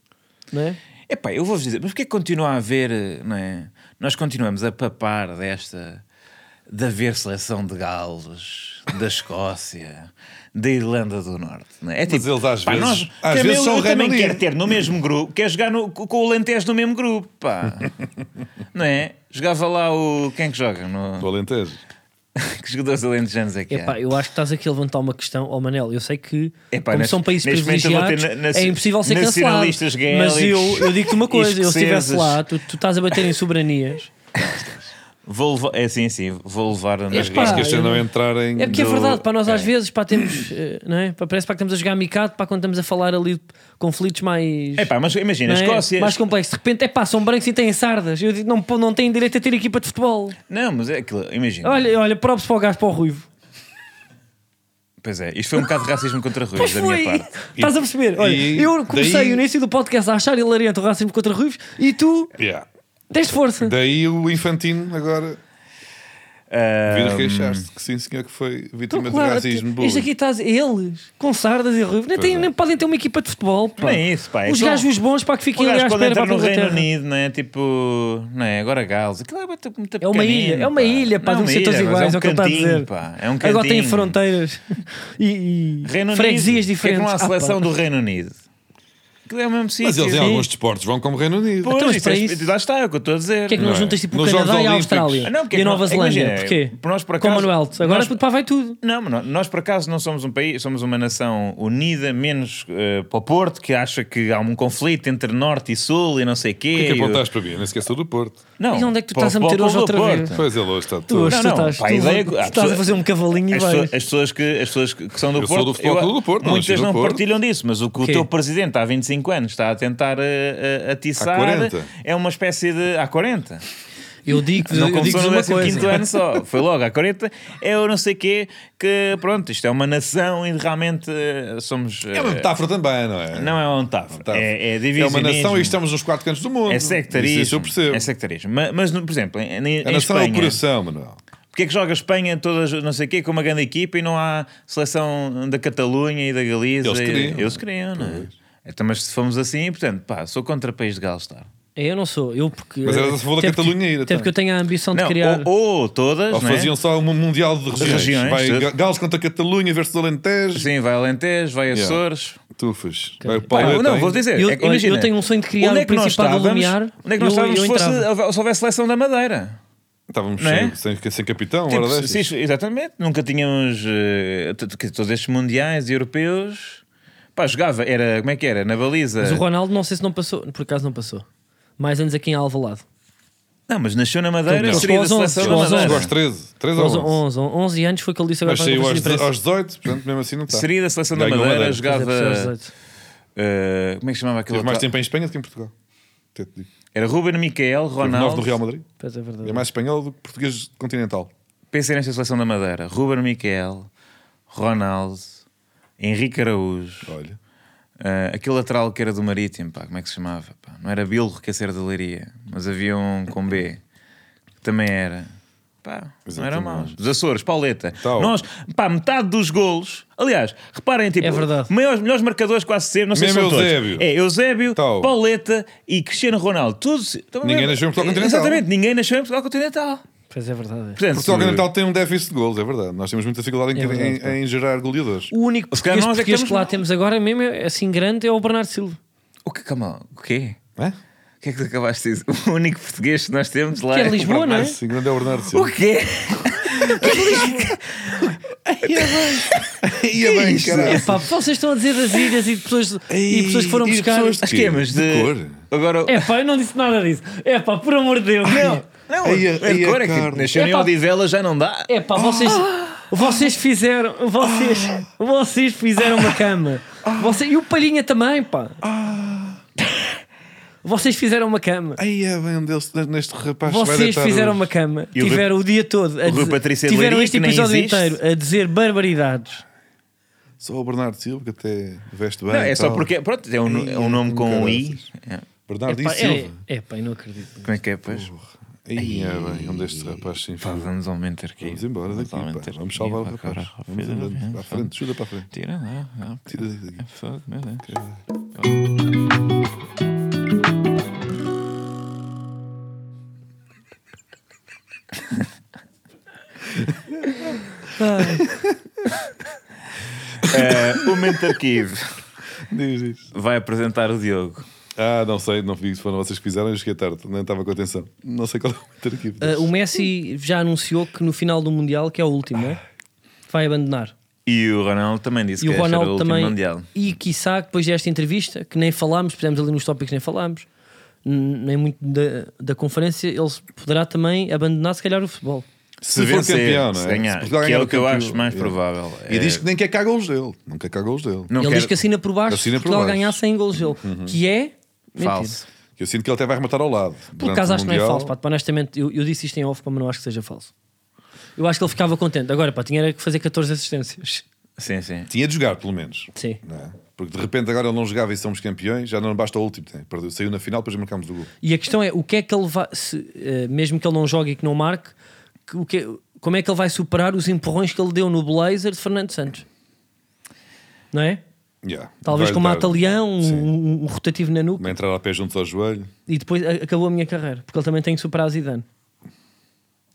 Speaker 1: não é?
Speaker 2: Epá, eu vou-vos dizer, mas porquê que continua a haver, eh, não é? Nós continuamos a papar desta, de haver seleção de galos, da Escócia, [LAUGHS] da Irlanda do Norte, não é? É
Speaker 3: Mas eles às vezes- às
Speaker 2: também,
Speaker 3: vezes são
Speaker 2: eu
Speaker 3: Reino
Speaker 2: também
Speaker 3: Unido.
Speaker 2: quero ter no mesmo grupo, quero jogar no- com o Lentejo no mesmo
Speaker 3: [LAUGHS]
Speaker 2: grupo, pá. não é? Jogava lá o... quem é que joga? No... [LAUGHS]
Speaker 3: do Alentejo.
Speaker 2: que jogadores alentejanos é que há?
Speaker 1: Epá, eu acho que estás aqui a levantar uma questão ao Manel. Eu sei que,
Speaker 2: Epá,
Speaker 1: como
Speaker 2: neste-
Speaker 1: são países
Speaker 2: neste momento eu vou ter
Speaker 1: privilegiados,
Speaker 2: na- na-
Speaker 1: é impossível ser cancelado.
Speaker 2: nacionalistas
Speaker 1: Mas eu,
Speaker 2: gaélicos,
Speaker 1: eu
Speaker 2: [LAUGHS]
Speaker 1: digo-te uma coisa: eu se estivesse
Speaker 2: escoceses.
Speaker 1: lá, tu, tu estás a bater em soberanias.
Speaker 2: Vou levar, é sim, sim, vou levar na
Speaker 1: Epá,
Speaker 3: Acho que este
Speaker 1: eu
Speaker 3: ano
Speaker 1: não-
Speaker 3: a entrar em.
Speaker 1: É porque é
Speaker 2: Do-
Speaker 1: verdade, para nós às
Speaker 2: é.
Speaker 1: vezes pá, temos, eh, não é? Pá, parece pá, que estamos a jogar micado para quando estamos a falar ali de conflitos mais.
Speaker 2: É pá, mas imagina,
Speaker 1: não
Speaker 2: a
Speaker 1: é?
Speaker 2: Escócia.
Speaker 1: Mais complexos. De repente, é pá, são brancos e têm sardas. Eu digo, não, pô, não têm direito a ter equipa de futebol.
Speaker 2: Não, mas é aquilo, imagina.
Speaker 1: Olha, olha, props para o gajo para o ruivo.
Speaker 2: Pois é, isto foi um bocado de racismo contra
Speaker 1: Pois
Speaker 2: Ruiz, da minha
Speaker 1: foi! Tá.
Speaker 2: parte.
Speaker 1: Estás a perceber? Olha,
Speaker 3: e
Speaker 1: eu comecei
Speaker 3: daí-
Speaker 1: o início do podcast a achar hilariante o racismo contra ruivos e tu
Speaker 3: Yeah.
Speaker 1: deste força.
Speaker 3: Daí o Infantino agora vir a
Speaker 2: Ahm,
Speaker 3: queixar-se que sim, senhor, que foi
Speaker 1: Então,
Speaker 3: vítima
Speaker 1: claro,
Speaker 3: de racismo.
Speaker 1: tu- isto
Speaker 3: bullying.
Speaker 1: aqui estás eles com sardas e ruivos, nem,
Speaker 3: Pois
Speaker 1: têm-
Speaker 3: é.
Speaker 1: nem podem ter uma equipa de futebol. pá.
Speaker 2: Nem isso, pá. é
Speaker 1: Os
Speaker 2: só-
Speaker 1: gajos bons para que
Speaker 2: Um
Speaker 1: fiquem ali é à
Speaker 2: gajo pode
Speaker 1: espera para
Speaker 2: entrar no
Speaker 1: a
Speaker 2: Reino
Speaker 1: Inglaterra.
Speaker 2: Unido, não é? Tipo, não é? Agora Gales. Aquilo é muito, muito
Speaker 1: É uma
Speaker 2: pequenino,
Speaker 1: ilha, é uma
Speaker 2: pá.
Speaker 1: ilha, pá,
Speaker 2: Não,
Speaker 1: devem
Speaker 2: uma
Speaker 1: ser todos
Speaker 2: ilha, mas
Speaker 1: iguais,
Speaker 2: é
Speaker 1: é
Speaker 2: um
Speaker 1: o que ele está a
Speaker 2: cantinho,
Speaker 1: dizer.
Speaker 2: pá, É um
Speaker 1: Agora tem
Speaker 2: cantinho.
Speaker 1: fronteiras [LAUGHS] e, e
Speaker 2: Reino
Speaker 1: freguesias
Speaker 2: Unido. Porquê é que
Speaker 1: diferentes.
Speaker 2: não há
Speaker 1: Ah, pá.
Speaker 2: seleção do Reino Unido? Aquilo é o mesmo sítio.
Speaker 3: Mas eles em
Speaker 1: Sim.
Speaker 3: alguns desportos vão como Reino Unido.
Speaker 2: Pois,
Speaker 1: Então, mas
Speaker 2: isso
Speaker 1: para
Speaker 2: é-
Speaker 1: isso-
Speaker 2: Lá está, é o que eu estou a dizer.
Speaker 1: Porquê é que não
Speaker 3: Não é?
Speaker 1: juntas tipo o
Speaker 3: Nos Jogos
Speaker 1: Canadá e a
Speaker 3: Olímpicos.
Speaker 1: Austrália?
Speaker 2: Ah, não, porque
Speaker 1: e a
Speaker 2: é que
Speaker 1: Nova
Speaker 2: nós-
Speaker 1: Zelândia?
Speaker 2: imagina,
Speaker 1: Porquê?
Speaker 2: por nós, por
Speaker 1: Com
Speaker 2: acaso-
Speaker 1: Manuel, agora
Speaker 2: nós-
Speaker 1: pá, vai tudo.
Speaker 2: Não, mas nó- nós por acaso não somos um país, somos uma nação unida, menos eh, para o Porto, que acha que há um conflito entre Norte e Sul e não sei quê.
Speaker 3: O que é
Speaker 2: E
Speaker 3: que
Speaker 2: o-
Speaker 3: apontaste para mim? Eu Nem sequer sou do Porto.
Speaker 2: Não,
Speaker 1: E onde é que tu
Speaker 2: para o-
Speaker 1: estás a meter
Speaker 2: para o
Speaker 1: hoje outra
Speaker 2: Porto.
Speaker 1: vez?
Speaker 3: Pois é, hoje está
Speaker 1: Tu,
Speaker 3: tudo.
Speaker 1: hoje tu
Speaker 2: não,
Speaker 1: estás,
Speaker 2: pá, a
Speaker 1: tu,
Speaker 2: ideia-
Speaker 1: tu
Speaker 2: a
Speaker 1: estás
Speaker 2: pessoa-
Speaker 1: a fazer um cavalinho e
Speaker 2: As,
Speaker 1: vais.
Speaker 2: pessoas- as pesas que, as pessoas que, que são do
Speaker 3: Eu sou
Speaker 2: Porto,
Speaker 3: do Futebol Clube do Porto, não
Speaker 2: muitas
Speaker 3: nasci do
Speaker 2: não
Speaker 3: Porto.
Speaker 2: partilham disso, mas o que o
Speaker 1: quê?
Speaker 2: teu presidente há 25 anos está a tentar eh, eh, atiçar
Speaker 3: Há 40.
Speaker 2: é uma espécie de. há 40.
Speaker 1: Eu digo,
Speaker 2: Não
Speaker 1: eu digo
Speaker 2: começou no
Speaker 1: uma
Speaker 2: 15
Speaker 1: coisa.
Speaker 2: ano só, foi logo à 40. É o não sei quê, que pronto, isto é uma nação e realmente eh, somos.
Speaker 3: É uma
Speaker 2: eh,
Speaker 3: metáfora também, não é?
Speaker 2: Não é um TAF.
Speaker 3: Tá.
Speaker 2: É, é
Speaker 3: É uma
Speaker 2: divisionismo.
Speaker 3: nação e estamos nos quatro cantos do mundo.
Speaker 2: É sectarismo.
Speaker 3: Isso eu percebo.
Speaker 2: É sectarismo. Ma- Mas, no- por exemplo, em, em
Speaker 3: a nação é o
Speaker 2: Espanha,
Speaker 3: coração, Manuel.
Speaker 2: porque é que joga a Espanha todas, não sei o quê, com uma grande equipa e não há seleção da Catalunha e da Galiza?
Speaker 3: Eles queriam.
Speaker 2: Eles queriam, não é? Então, mas se formos assim, portanto, pá, sou contra o país de Gales, tá?
Speaker 1: Eu não sou, eu porque.
Speaker 3: Mas eras a favor da
Speaker 1: até porque-
Speaker 3: Catalunha ainda,
Speaker 1: Até porque eu tenho a ambição de
Speaker 2: Não,
Speaker 1: criar.
Speaker 2: ou, ou todas,
Speaker 3: Ou
Speaker 2: não é?
Speaker 3: faziam só um mundial de regiões.
Speaker 2: regiões,
Speaker 3: vai
Speaker 2: certo.
Speaker 3: Gales contra Catalunha versus Alentejo.
Speaker 2: Sim, vai Alentejo, vai
Speaker 3: Yeah.
Speaker 2: Açores.
Speaker 3: Tufas.
Speaker 1: Ok.
Speaker 3: Vai, Paulo,
Speaker 2: Pá,
Speaker 3: eu
Speaker 2: Ah, não,
Speaker 3: tenho.
Speaker 2: vou dizer.
Speaker 1: Eu-
Speaker 2: é que
Speaker 1: olha,
Speaker 2: imagina,
Speaker 1: eu tenho um sonho de criar
Speaker 2: onde
Speaker 1: o
Speaker 2: é que nós
Speaker 1: Principado do
Speaker 2: estávamos-
Speaker 1: Lumiar,
Speaker 2: Onde é que nós
Speaker 1: eu-
Speaker 2: estávamos
Speaker 1: eu
Speaker 2: se fosse-
Speaker 1: entrava.
Speaker 2: se houvesse seleção da Madeira?
Speaker 3: Estávamos
Speaker 2: Não é?
Speaker 3: sem, sem, sem capitão,
Speaker 2: Tipo,
Speaker 3: hora
Speaker 2: se-
Speaker 3: dessas.
Speaker 2: se isto- exatamente, nunca tínhamos eh, t- t- todos estes mundiais e europeus. Pá, jogava, era, como é que era? Na baliza.
Speaker 1: Mas o Ronaldo, não sei se não passou, por acaso não passou. Mais anos aqui em Alvalade.
Speaker 2: Não, mas nasceu na Madeira,
Speaker 1: Não. um-
Speaker 2: seria da
Speaker 1: Chegou aos
Speaker 2: seleção
Speaker 1: onze,
Speaker 2: da
Speaker 1: chegou aos
Speaker 2: Madeira.
Speaker 3: Chegou aos 13. 13
Speaker 1: 11,
Speaker 3: ou 11.
Speaker 1: 11, 11 anos foi o que ele disse agora
Speaker 3: Mas
Speaker 1: para a
Speaker 3: saiu aos,
Speaker 1: conferência de imprensa.
Speaker 3: aos 18, portanto, mesmo assim não está.
Speaker 2: Seria da seleção da
Speaker 3: Ganhou
Speaker 2: Madeira,
Speaker 3: Madeira.
Speaker 1: Pois é,
Speaker 2: jogava.
Speaker 1: pessoas 18.
Speaker 2: eh, como é que se chamava aquele?
Speaker 3: Teve
Speaker 1: tá.
Speaker 3: mais
Speaker 2: outro?
Speaker 3: tempo em Espanha do que em Portugal. Até te digo.
Speaker 2: Era Ruben Miquel,
Speaker 3: Teve nove
Speaker 2: Ronaldo.
Speaker 3: do Real Madrid.
Speaker 1: Pois é verdade.
Speaker 3: É mais espanhol do que português continental.
Speaker 2: Pensei nesta seleção da Madeira. Ruben Miquel, Ronaldo, Henrique Araújo.
Speaker 3: Olha.
Speaker 2: Ah, aquele lateral que era do Marítimo, pá, como é que se chamava? pá? Não era Bilro que ia ser da Leiria, mas havia um com B que também era. Pá, não eram
Speaker 3: Exatamente.
Speaker 2: maus. Os Açores, Pauleta.
Speaker 3: é Tal.
Speaker 2: Nós, pá, metade dos golos. Aliás, reparem, tipo,
Speaker 1: É verdade.
Speaker 2: Maiores, melhores marcadores quase sempre, não sei
Speaker 3: Mesmo
Speaker 2: se são
Speaker 3: Eusébio.
Speaker 2: todos. É, Eusébio,
Speaker 3: Tal.
Speaker 2: Pauleta e Cristiano Ronaldo. Todos, então,
Speaker 3: Ninguém
Speaker 2: é-
Speaker 3: nasceu em Portugal Continental.
Speaker 2: Exatamente, ninguém nasceu em Portugal Continental.
Speaker 1: Pois é verdade.
Speaker 2: Portanto,
Speaker 3: Portugal
Speaker 2: se-
Speaker 3: continental tem um déficit de golos, é verdade. Nós temos muita dificuldade em,
Speaker 1: É verdade,
Speaker 3: em-
Speaker 1: pá.
Speaker 3: em gerar goleadores.
Speaker 1: O único
Speaker 2: Se calhar
Speaker 1: português,
Speaker 2: nós é
Speaker 1: português
Speaker 2: que
Speaker 1: que,
Speaker 2: estamos
Speaker 1: lá
Speaker 2: mal.
Speaker 1: temos agora, mesmo é- assim grande, é o Bernardo Silva.
Speaker 2: O que, calma, lá, o quê?
Speaker 3: Hã?
Speaker 2: O que é que tu acabaste de dizer? [LAUGHS] O único português que nós temos lá
Speaker 1: Que é
Speaker 2: o
Speaker 1: Lisboa, não é?
Speaker 2: Bernardo.
Speaker 3: Sim, grande é o Bernardo
Speaker 2: O
Speaker 3: Silva.
Speaker 2: quê?
Speaker 3: Ia
Speaker 2: que é
Speaker 3: bem,
Speaker 2: isto?
Speaker 1: É
Speaker 3: caralho.
Speaker 1: pá, vocês estão a dizer as ilhas e de pessoas, e de pessoas que foram
Speaker 3: e de
Speaker 1: buscar.
Speaker 3: pessoas-
Speaker 2: Acho que é, mas de,
Speaker 3: De cor.
Speaker 2: Agora.
Speaker 1: É pá, eu não disse nada disso. É pá, por amor de Deus. Não.
Speaker 2: Não,
Speaker 3: Ai,
Speaker 2: é
Speaker 3: ai,
Speaker 2: de cor, é
Speaker 3: Carlos.
Speaker 2: que nasceu em
Speaker 1: Epá.
Speaker 2: Odivela já não dá.
Speaker 1: É pá, vocês. Vocês fizeram. Vocês, vocês fizeram uma cama. Você, e o Palhinha também, pá. Vocês fizeram uma cama.
Speaker 3: Ia bem, um deles, neste rapaz que vai
Speaker 1: Vocês
Speaker 3: deitar
Speaker 1: fizeram
Speaker 3: hoje.
Speaker 1: uma cama.
Speaker 2: E o Rui-
Speaker 1: tiveram o dia todo. A
Speaker 2: o Rui
Speaker 1: dizer-
Speaker 2: Patrício de
Speaker 1: tiveram
Speaker 2: Leiria,
Speaker 1: este
Speaker 2: que nem
Speaker 1: episódio
Speaker 2: existe.
Speaker 1: inteiro a dizer barbaridades.
Speaker 3: Só o Bernardo Silva, que até veste bem.
Speaker 2: Não,
Speaker 3: e
Speaker 2: é só
Speaker 3: tal.
Speaker 2: porque. Pronto, é um, no- é um nome com um I. É.
Speaker 3: Bernardo
Speaker 1: Pá,
Speaker 3: e Silva.
Speaker 1: é, é pá, eu não acredito.
Speaker 2: Como é que é, pois?
Speaker 3: Ia é bem, onde este rapaz se
Speaker 2: Pá,
Speaker 3: enfia.
Speaker 2: vamos aumentar aqui.
Speaker 3: Vamos embora daqui, pá. Vamos salvar o rapaz. Vamos andando para a frente, ajuda para a frente.
Speaker 2: Tira lá. não,
Speaker 3: Tira daqui.
Speaker 2: é foda, meu Deus.
Speaker 1: Ai,
Speaker 2: Eh, O Mente Arquivo
Speaker 3: Diz isso.
Speaker 2: vai apresentar o Diogo.
Speaker 3: Ah, não sei, não vi, foram vocês que fizeram, eu cheguei tarde, nem estava com atenção. Não sei qual é o momento arquivo.
Speaker 1: Ah, o Messi já anunciou que no final do Mundial, que é o último, não é? vai abandonar.
Speaker 2: E o Ronaldo também disse
Speaker 1: E o
Speaker 2: que este era o
Speaker 1: Ronaldo
Speaker 2: último
Speaker 1: também.
Speaker 2: Mundial.
Speaker 1: E quiçá, depois desta entrevista, que nem falámos, fizemos ali nos tópicos, nem falámos, n- nem muito da, da conferência, ele poderá também abandonar, se calhar, o futebol.
Speaker 2: Se, vencer,
Speaker 3: não
Speaker 2: se
Speaker 3: é?
Speaker 2: ganhar,
Speaker 3: Se
Speaker 2: que
Speaker 3: Portugal
Speaker 2: é
Speaker 3: ganhar
Speaker 2: o que eu
Speaker 3: campeão-
Speaker 2: acho mais
Speaker 3: É.
Speaker 2: provável.
Speaker 3: E
Speaker 2: É,
Speaker 3: diz que nem quer cá golos dele. Não quer cá golos dele.
Speaker 2: não
Speaker 1: ele
Speaker 2: quero-
Speaker 1: diz que assina por baixo,
Speaker 3: Assina por
Speaker 1: Portugal
Speaker 3: baixo.
Speaker 1: ganhar sem golos dele, que é mentira.
Speaker 2: Uhum. falso.
Speaker 3: Que eu sinto que ele até vai rematar ao lado.
Speaker 1: Por
Speaker 3: durante
Speaker 1: acaso
Speaker 3: o
Speaker 1: acho que não é
Speaker 3: Mundial.
Speaker 1: falso, pá, pá, honestamente, eu, eu disse isto em off, mas não acho que seja falso. Eu acho que ele ficava contente. Agora, pá, tinha era que fazer 14 assistências.
Speaker 2: Sim, sim.
Speaker 3: Tinha de jogar, pelo menos.
Speaker 1: Sim.
Speaker 3: Não é? Porque de repente agora ele não jogava e somos campeões, já não basta o último. Né? Perdeu, saiu na final, depois marcámos o gol.
Speaker 1: E a questão é, o que é que ele vai, se, eh, mesmo que ele não jogue e que não marque, que- o que, como é que ele vai superar os empurrões que ele deu no Blazer de Fernando Santos? Não é?
Speaker 3: Yeah.
Speaker 1: Talvez
Speaker 3: Vai-lhe
Speaker 1: com uma
Speaker 3: dar-
Speaker 1: atalhão, um,
Speaker 3: Sim.
Speaker 1: um- um rotativo na nuca,
Speaker 3: Uma entrada a pé juntos ao joelho.
Speaker 1: e depois a- acabou a minha carreira, porque ele também tem que superar a Zidane,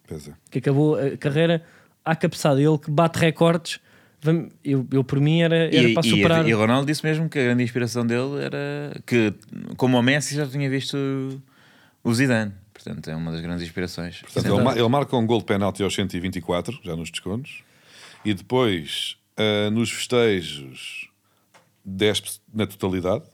Speaker 3: Pois é.
Speaker 1: que acabou a carreira à cabeçada, ele que bate recordes, Vam- eu, eu por mim era, era
Speaker 2: E,
Speaker 1: para
Speaker 2: e-
Speaker 1: superar...
Speaker 2: e o Ronaldo disse mesmo que a grande inspiração dele era que, como o Messi, já tinha visto o Zidane. Portanto, é uma das grandes inspirações.
Speaker 3: Portanto,
Speaker 2: Sim. então,
Speaker 3: ele, ma- ele marca um gol de penalti aos 124, já nos descontos, e depois ah, nos festejos 10 na totalidade,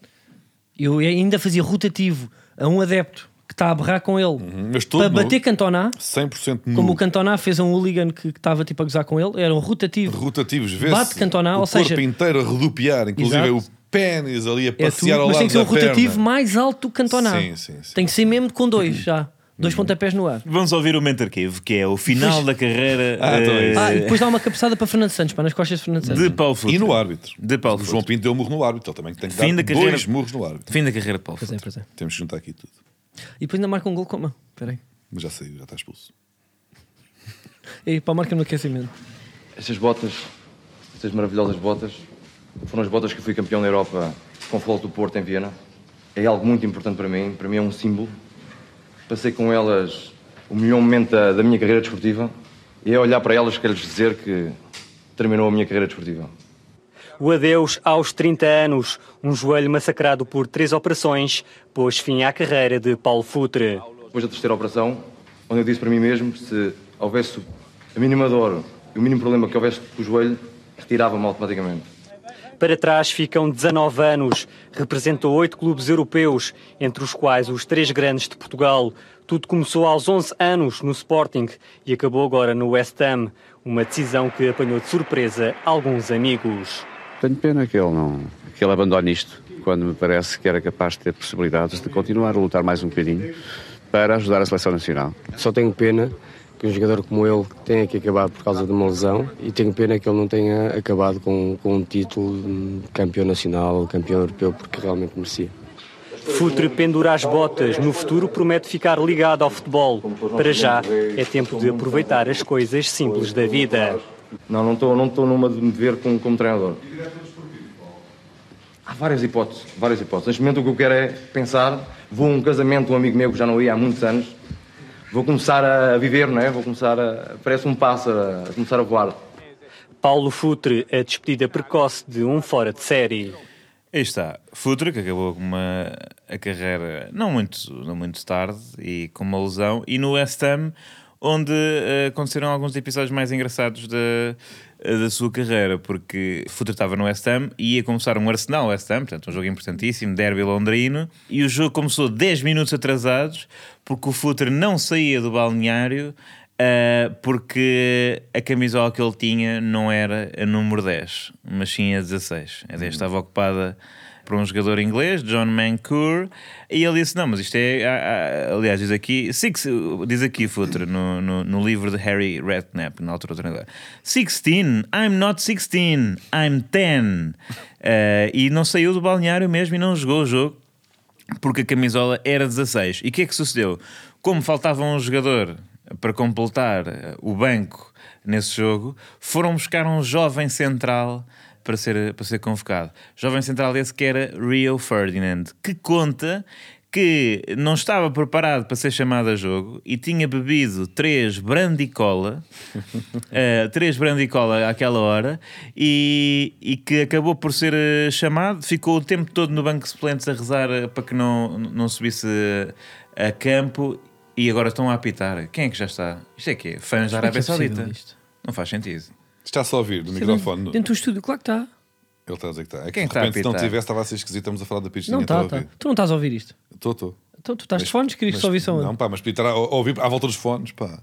Speaker 1: Eu ainda fazia rotativo a um adepto que está a berrar com ele
Speaker 3: hum, mas Uhum. todo
Speaker 1: para
Speaker 3: nu,
Speaker 1: bater Cantona,
Speaker 3: 100% nu,
Speaker 1: como o Cantona fez a um hooligan que que estava tipo a gozar com ele, era um rotativo.
Speaker 3: rotativos, vê-se
Speaker 1: Bate Cantona,
Speaker 3: o
Speaker 1: ou seja-
Speaker 3: corpo inteiro a redupiar, inclusive
Speaker 1: Exato.
Speaker 3: o pênis ali a
Speaker 1: É
Speaker 3: passear
Speaker 1: tudo,
Speaker 3: ao
Speaker 1: mas
Speaker 3: lado
Speaker 1: tem que ser
Speaker 3: da
Speaker 1: um rotativo
Speaker 3: perna.
Speaker 1: mais alto do que Cantona.
Speaker 3: Sim, sim, sim. Uhum.
Speaker 1: Tem que ser mesmo com dois já. Dois pontapés no ar.
Speaker 2: Vamos ouvir o Mente Arquivo, que é o final da carreira
Speaker 3: Ah, então é
Speaker 2: eh,
Speaker 3: isso.
Speaker 1: Ah, e depois dá uma cabeçada para Fernando Santos, para nas costas de Fernando Santos.
Speaker 2: de Paulo Futre.
Speaker 3: E no árbitro.
Speaker 2: De Paulo
Speaker 3: O João
Speaker 2: Futre.
Speaker 3: Pinto deu um murro no árbitro, ele também tem que
Speaker 2: Fim
Speaker 3: dar
Speaker 2: da carreira-
Speaker 3: dois murros no árbitro.
Speaker 2: Fim da carreira de Paulo
Speaker 1: Pois é,
Speaker 2: Futre.
Speaker 1: pois é.
Speaker 3: Temos que juntar aqui tudo.
Speaker 1: E depois ainda marca um gol com a mão. Espera aí.
Speaker 3: Mas já saiu, já está expulso.
Speaker 1: E para marca no aquecimento.
Speaker 4: Estas botas, estas maravilhosas botas, foram as botas que fui campeão da Europa com o Futebol do Porto em Viena. É algo muito importante para mim, para mim é um símbolo. Passei com elas o melhor momento da, da minha carreira desportiva e é olhar para elas que quero lhes dizer que terminou a minha carreira desportiva.
Speaker 5: O adeus aos 30 anos, um joelho massacrado por três operações, pôs fim à carreira de Paulo Futre.
Speaker 4: Depois da terceira operação, onde eu disse para mim mesmo que se houvesse a mínima dor, o mínimo problema que houvesse com o joelho, retirava-me automaticamente.
Speaker 5: Para trás ficam 19 anos, representou oito clubes europeus, entre os quais os três grandes de Portugal. Tudo começou aos 11 anos no Sporting e acabou agora no West Ham, uma decisão que apanhou de surpresa alguns amigos.
Speaker 6: Tenho pena que ele não que ele abandone isto, quando me parece que era capaz de ter possibilidades de continuar a lutar mais um bocadinho para ajudar a seleção nacional.
Speaker 7: Só tenho pena que um jogador como ele tenha que acabar por causa de uma lesão e tenho pena que ele não tenha acabado com, com um título de campeão nacional, campeão europeu, porque realmente merecia.
Speaker 5: Futre pendura as botas, no futuro promete ficar ligado ao futebol. Para já, é tempo de aproveitar as coisas simples da vida.
Speaker 4: Não, não estou não estou numa de me ver como, como treinador. Há várias hipóteses, várias hipóteses. Neste momento o que eu quero é pensar, vou a um casamento de um amigo meu que já não ia há muitos anos, vou começar a viver, não é? Vou começar a... parece um pássaro a começar a voar.
Speaker 5: Paulo Futre, a despedida precoce de um fora de série.
Speaker 2: Aí está. Futre, que acabou com uma, a carreira não muito, não muito tarde e com uma lesão. E no West Ham, onde eh, aconteceram alguns episódios mais engraçados da, eh, da sua carreira, porque Futre estava no West Ham e ia começar um Arsenal West Ham, portanto, um jogo importantíssimo, derby londrino. E o jogo começou 10 minutos atrasados, porque o Futre não saía do balneário. eh, porque a camisola que ele tinha não era a número 10, mas sim a 16. A 10 estava ocupada por um jogador inglês, John Mancour, e ele disse: Não, mas isto é. ah, ah, aliás, diz aqui, six, diz aqui Futre, no, no, no livro de Harry Redknapp, na altura do treinador: 16, I'm not 16, I'm 10. Eh, e não saiu do balneário mesmo e não jogou o jogo porque a camisola era 16. E o que é que sucedeu? Como faltava um jogador para completar eh, o banco nesse jogo, foram buscar um jovem central para ser, para ser convocado. Jovem central esse que era Rio Ferdinand, que conta que não estava preparado para ser chamado a jogo e tinha bebido três brandy
Speaker 1: [LAUGHS]
Speaker 2: cola, eh, três brandy cola àquela hora, e, e que acabou por ser eh, chamado, ficou o tempo todo no banco de suplentes a rezar eh, para que não, não subisse eh, a campo e agora estão a apitar. Quem é que já está? Isto é que é? Fãs da
Speaker 1: Como é que
Speaker 2: Arábia
Speaker 1: é possível
Speaker 2: Saudita.
Speaker 1: isto?
Speaker 2: Não faz sentido.
Speaker 3: Está-se a ouvir do microfone.
Speaker 1: Dentro do estúdio, claro que tá. está.
Speaker 3: Ele está a dizer que está. É que
Speaker 2: Quem
Speaker 3: de
Speaker 2: está a
Speaker 3: repente, se não
Speaker 2: apitar?
Speaker 3: tivesse, estava a ser esquisito. Estamos a falar da piscina.
Speaker 1: Não
Speaker 3: estou a
Speaker 1: está, tá.
Speaker 3: ouvir.
Speaker 1: Tu não estás a ouvir isto.
Speaker 3: Estou, estou.
Speaker 1: Então tu estás de
Speaker 3: Mas-
Speaker 1: fones, querias que
Speaker 3: mas-
Speaker 1: só um. ouvisse
Speaker 3: Não,
Speaker 1: onde?
Speaker 3: pá, mas pitar a- a ouvir à volta dos fones, pá.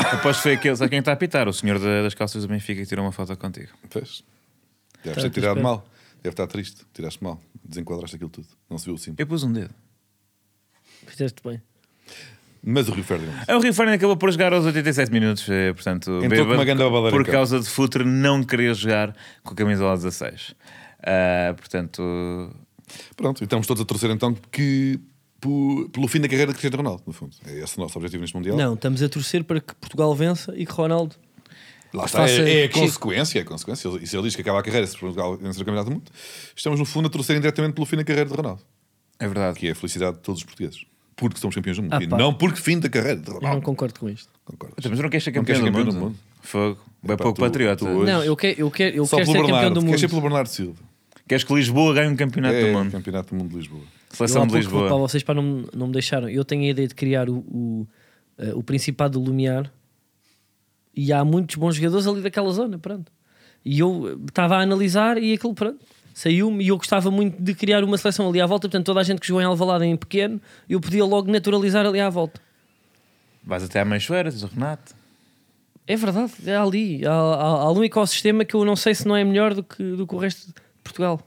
Speaker 2: Aposto que foi aquele, sabe quem está a apitar? O senhor da- das calças do Benfica que tirou uma foto contigo.
Speaker 3: Pois. Deves
Speaker 1: Tá,
Speaker 3: ter tirado
Speaker 1: espero.
Speaker 3: mal. Deve estar triste. Tiraste mal. Desenquadraste aquilo tudo. Não se viu o simples.
Speaker 2: Eu pus um dedo.
Speaker 1: Fizeste bem.
Speaker 3: Mas o Rio Ferdinand.
Speaker 2: É O Rio Ferdinand acabou por jogar aos 87 minutos, eh, portanto,
Speaker 3: Entrou com uma grande babaleira
Speaker 2: por
Speaker 3: em campo.
Speaker 2: causa de Futre não querer jogar com a camisola 16. Ah, portanto,
Speaker 3: Pronto, e estamos todos a torcer então que po- pelo fim da carreira de Cristiano Ronaldo, no fundo. É esse o nosso objetivo neste Mundial.
Speaker 1: Não, estamos a torcer para que Portugal vença e que Ronaldo.
Speaker 3: Lá está,
Speaker 1: Faça-
Speaker 3: é, é a
Speaker 1: que-
Speaker 3: consequência, é a consequência. E se ele diz que acaba a carreira se Portugal vencer o Campeonato do Mundo, estamos no fundo a torcer indiretamente pelo fim da carreira de Ronaldo,
Speaker 2: é verdade.
Speaker 3: que é a felicidade de todos os portugueses. Porque somos campeões do mundo.
Speaker 1: Ah,
Speaker 3: e
Speaker 1: pá.
Speaker 3: não porque fim da carreira de
Speaker 1: Eu não
Speaker 3: Ronaldo.
Speaker 1: concordo com isto.
Speaker 3: Concordas?
Speaker 2: Mas eu não queres ser
Speaker 3: Não
Speaker 2: campeão,
Speaker 3: queres ser
Speaker 2: do, mundo. Fogo. Bem
Speaker 3: Epá,
Speaker 2: pouco
Speaker 3: tu-
Speaker 2: patriota.
Speaker 3: tu hoje-
Speaker 1: Não, eu quero, eu quero, eu
Speaker 3: Só
Speaker 1: quero
Speaker 3: pelo
Speaker 1: ser campeão
Speaker 3: Bernardo.
Speaker 1: do mundo.
Speaker 3: Queres ser pelo Bernardo Silva.
Speaker 2: Queres que Lisboa ganhe um campeonato do
Speaker 3: é
Speaker 2: mundo?
Speaker 3: Campeonato do Mundo de Lisboa.
Speaker 1: Eu há
Speaker 2: Seleção de
Speaker 1: pouco vou para
Speaker 2: Lisboa.
Speaker 1: vocês para não, não me deixaram. Eu tenho a ideia de criar o, o, eh, o Principado do Lumiar e há muitos bons jogadores ali daquela zona, pronto. E eu eh, estava a analisar e aquilo, pronto, saiu-me e eu gostava muito de criar uma seleção ali à volta. Portanto, toda a gente que jogou em Alvalade em pequeno, eu podia logo naturalizar ali à volta.
Speaker 2: Vais até à Manchoeira, tens o Renato.
Speaker 1: É verdade, é ali. Há, há, há um ecossistema que eu não sei se não é melhor do que, do que o resto de Portugal.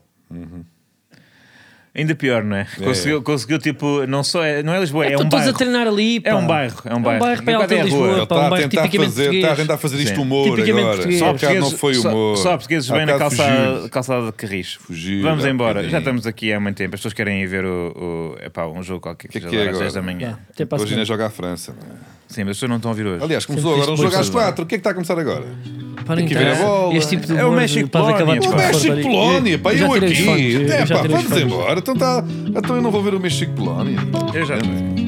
Speaker 2: Ainda pior, não é? Conseguiu, conseguiu, tipo, não só é, não é Lisboa, é,
Speaker 1: Estão
Speaker 2: um
Speaker 1: todos
Speaker 2: bairro.
Speaker 1: a treinar ali. pá.
Speaker 2: É um bairro, é um bairro.
Speaker 1: para
Speaker 2: Não
Speaker 1: a Alta
Speaker 2: é rua.
Speaker 1: Lisboa,
Speaker 3: Ele
Speaker 1: pá, um
Speaker 3: está a
Speaker 1: bairro
Speaker 3: tentar
Speaker 1: tipicamente
Speaker 3: fazer, está a
Speaker 1: português.
Speaker 3: tentar fazer
Speaker 2: Sim.
Speaker 3: isto humor
Speaker 1: Tipicamente
Speaker 3: agora.
Speaker 1: português.
Speaker 3: Só
Speaker 1: Há
Speaker 3: há bocado não foi
Speaker 2: só-
Speaker 3: humor.
Speaker 2: Só, portugueses
Speaker 3: Há
Speaker 2: bem na
Speaker 3: bocado
Speaker 2: calçada,
Speaker 3: fugiu-lhe.
Speaker 2: calçada de Carris.
Speaker 3: Fugiu,
Speaker 2: Vamos
Speaker 3: já
Speaker 2: embora.
Speaker 3: pedi.
Speaker 2: Já estamos aqui há muito tempo. As pessoas querem ir ver o, o epá, um jogo qualquer
Speaker 3: Que é
Speaker 2: seja
Speaker 3: que é
Speaker 2: lá às
Speaker 3: agora?
Speaker 2: 10 da manhã.
Speaker 1: Vá, até para a
Speaker 3: Tipo, Hoje
Speaker 1: semana.
Speaker 3: ainda joga a França. não é?
Speaker 2: Sim, mas as pessoas não estão a ouvir hoje.
Speaker 3: Aliás, começou agora um jogo às quatro. O que é que está a começar agora?
Speaker 1: Parem
Speaker 3: que
Speaker 1: de
Speaker 3: ver a
Speaker 1: dar
Speaker 3: bola.
Speaker 1: Este tipo de
Speaker 2: É o
Speaker 1: humor
Speaker 2: México
Speaker 1: pá, de
Speaker 2: Polónia,
Speaker 1: acabar de
Speaker 2: pá.
Speaker 3: O
Speaker 1: disparar.
Speaker 3: México-Polónia, é pá,
Speaker 1: Eu já
Speaker 3: eu
Speaker 1: tirei os fones,
Speaker 3: aqui.
Speaker 1: eu
Speaker 3: É
Speaker 1: já
Speaker 3: pá,
Speaker 1: tirei os
Speaker 3: vamos
Speaker 1: fones.
Speaker 3: embora. Então tá- então eu não vou ver o México-Polónia.
Speaker 2: Eu já tenho.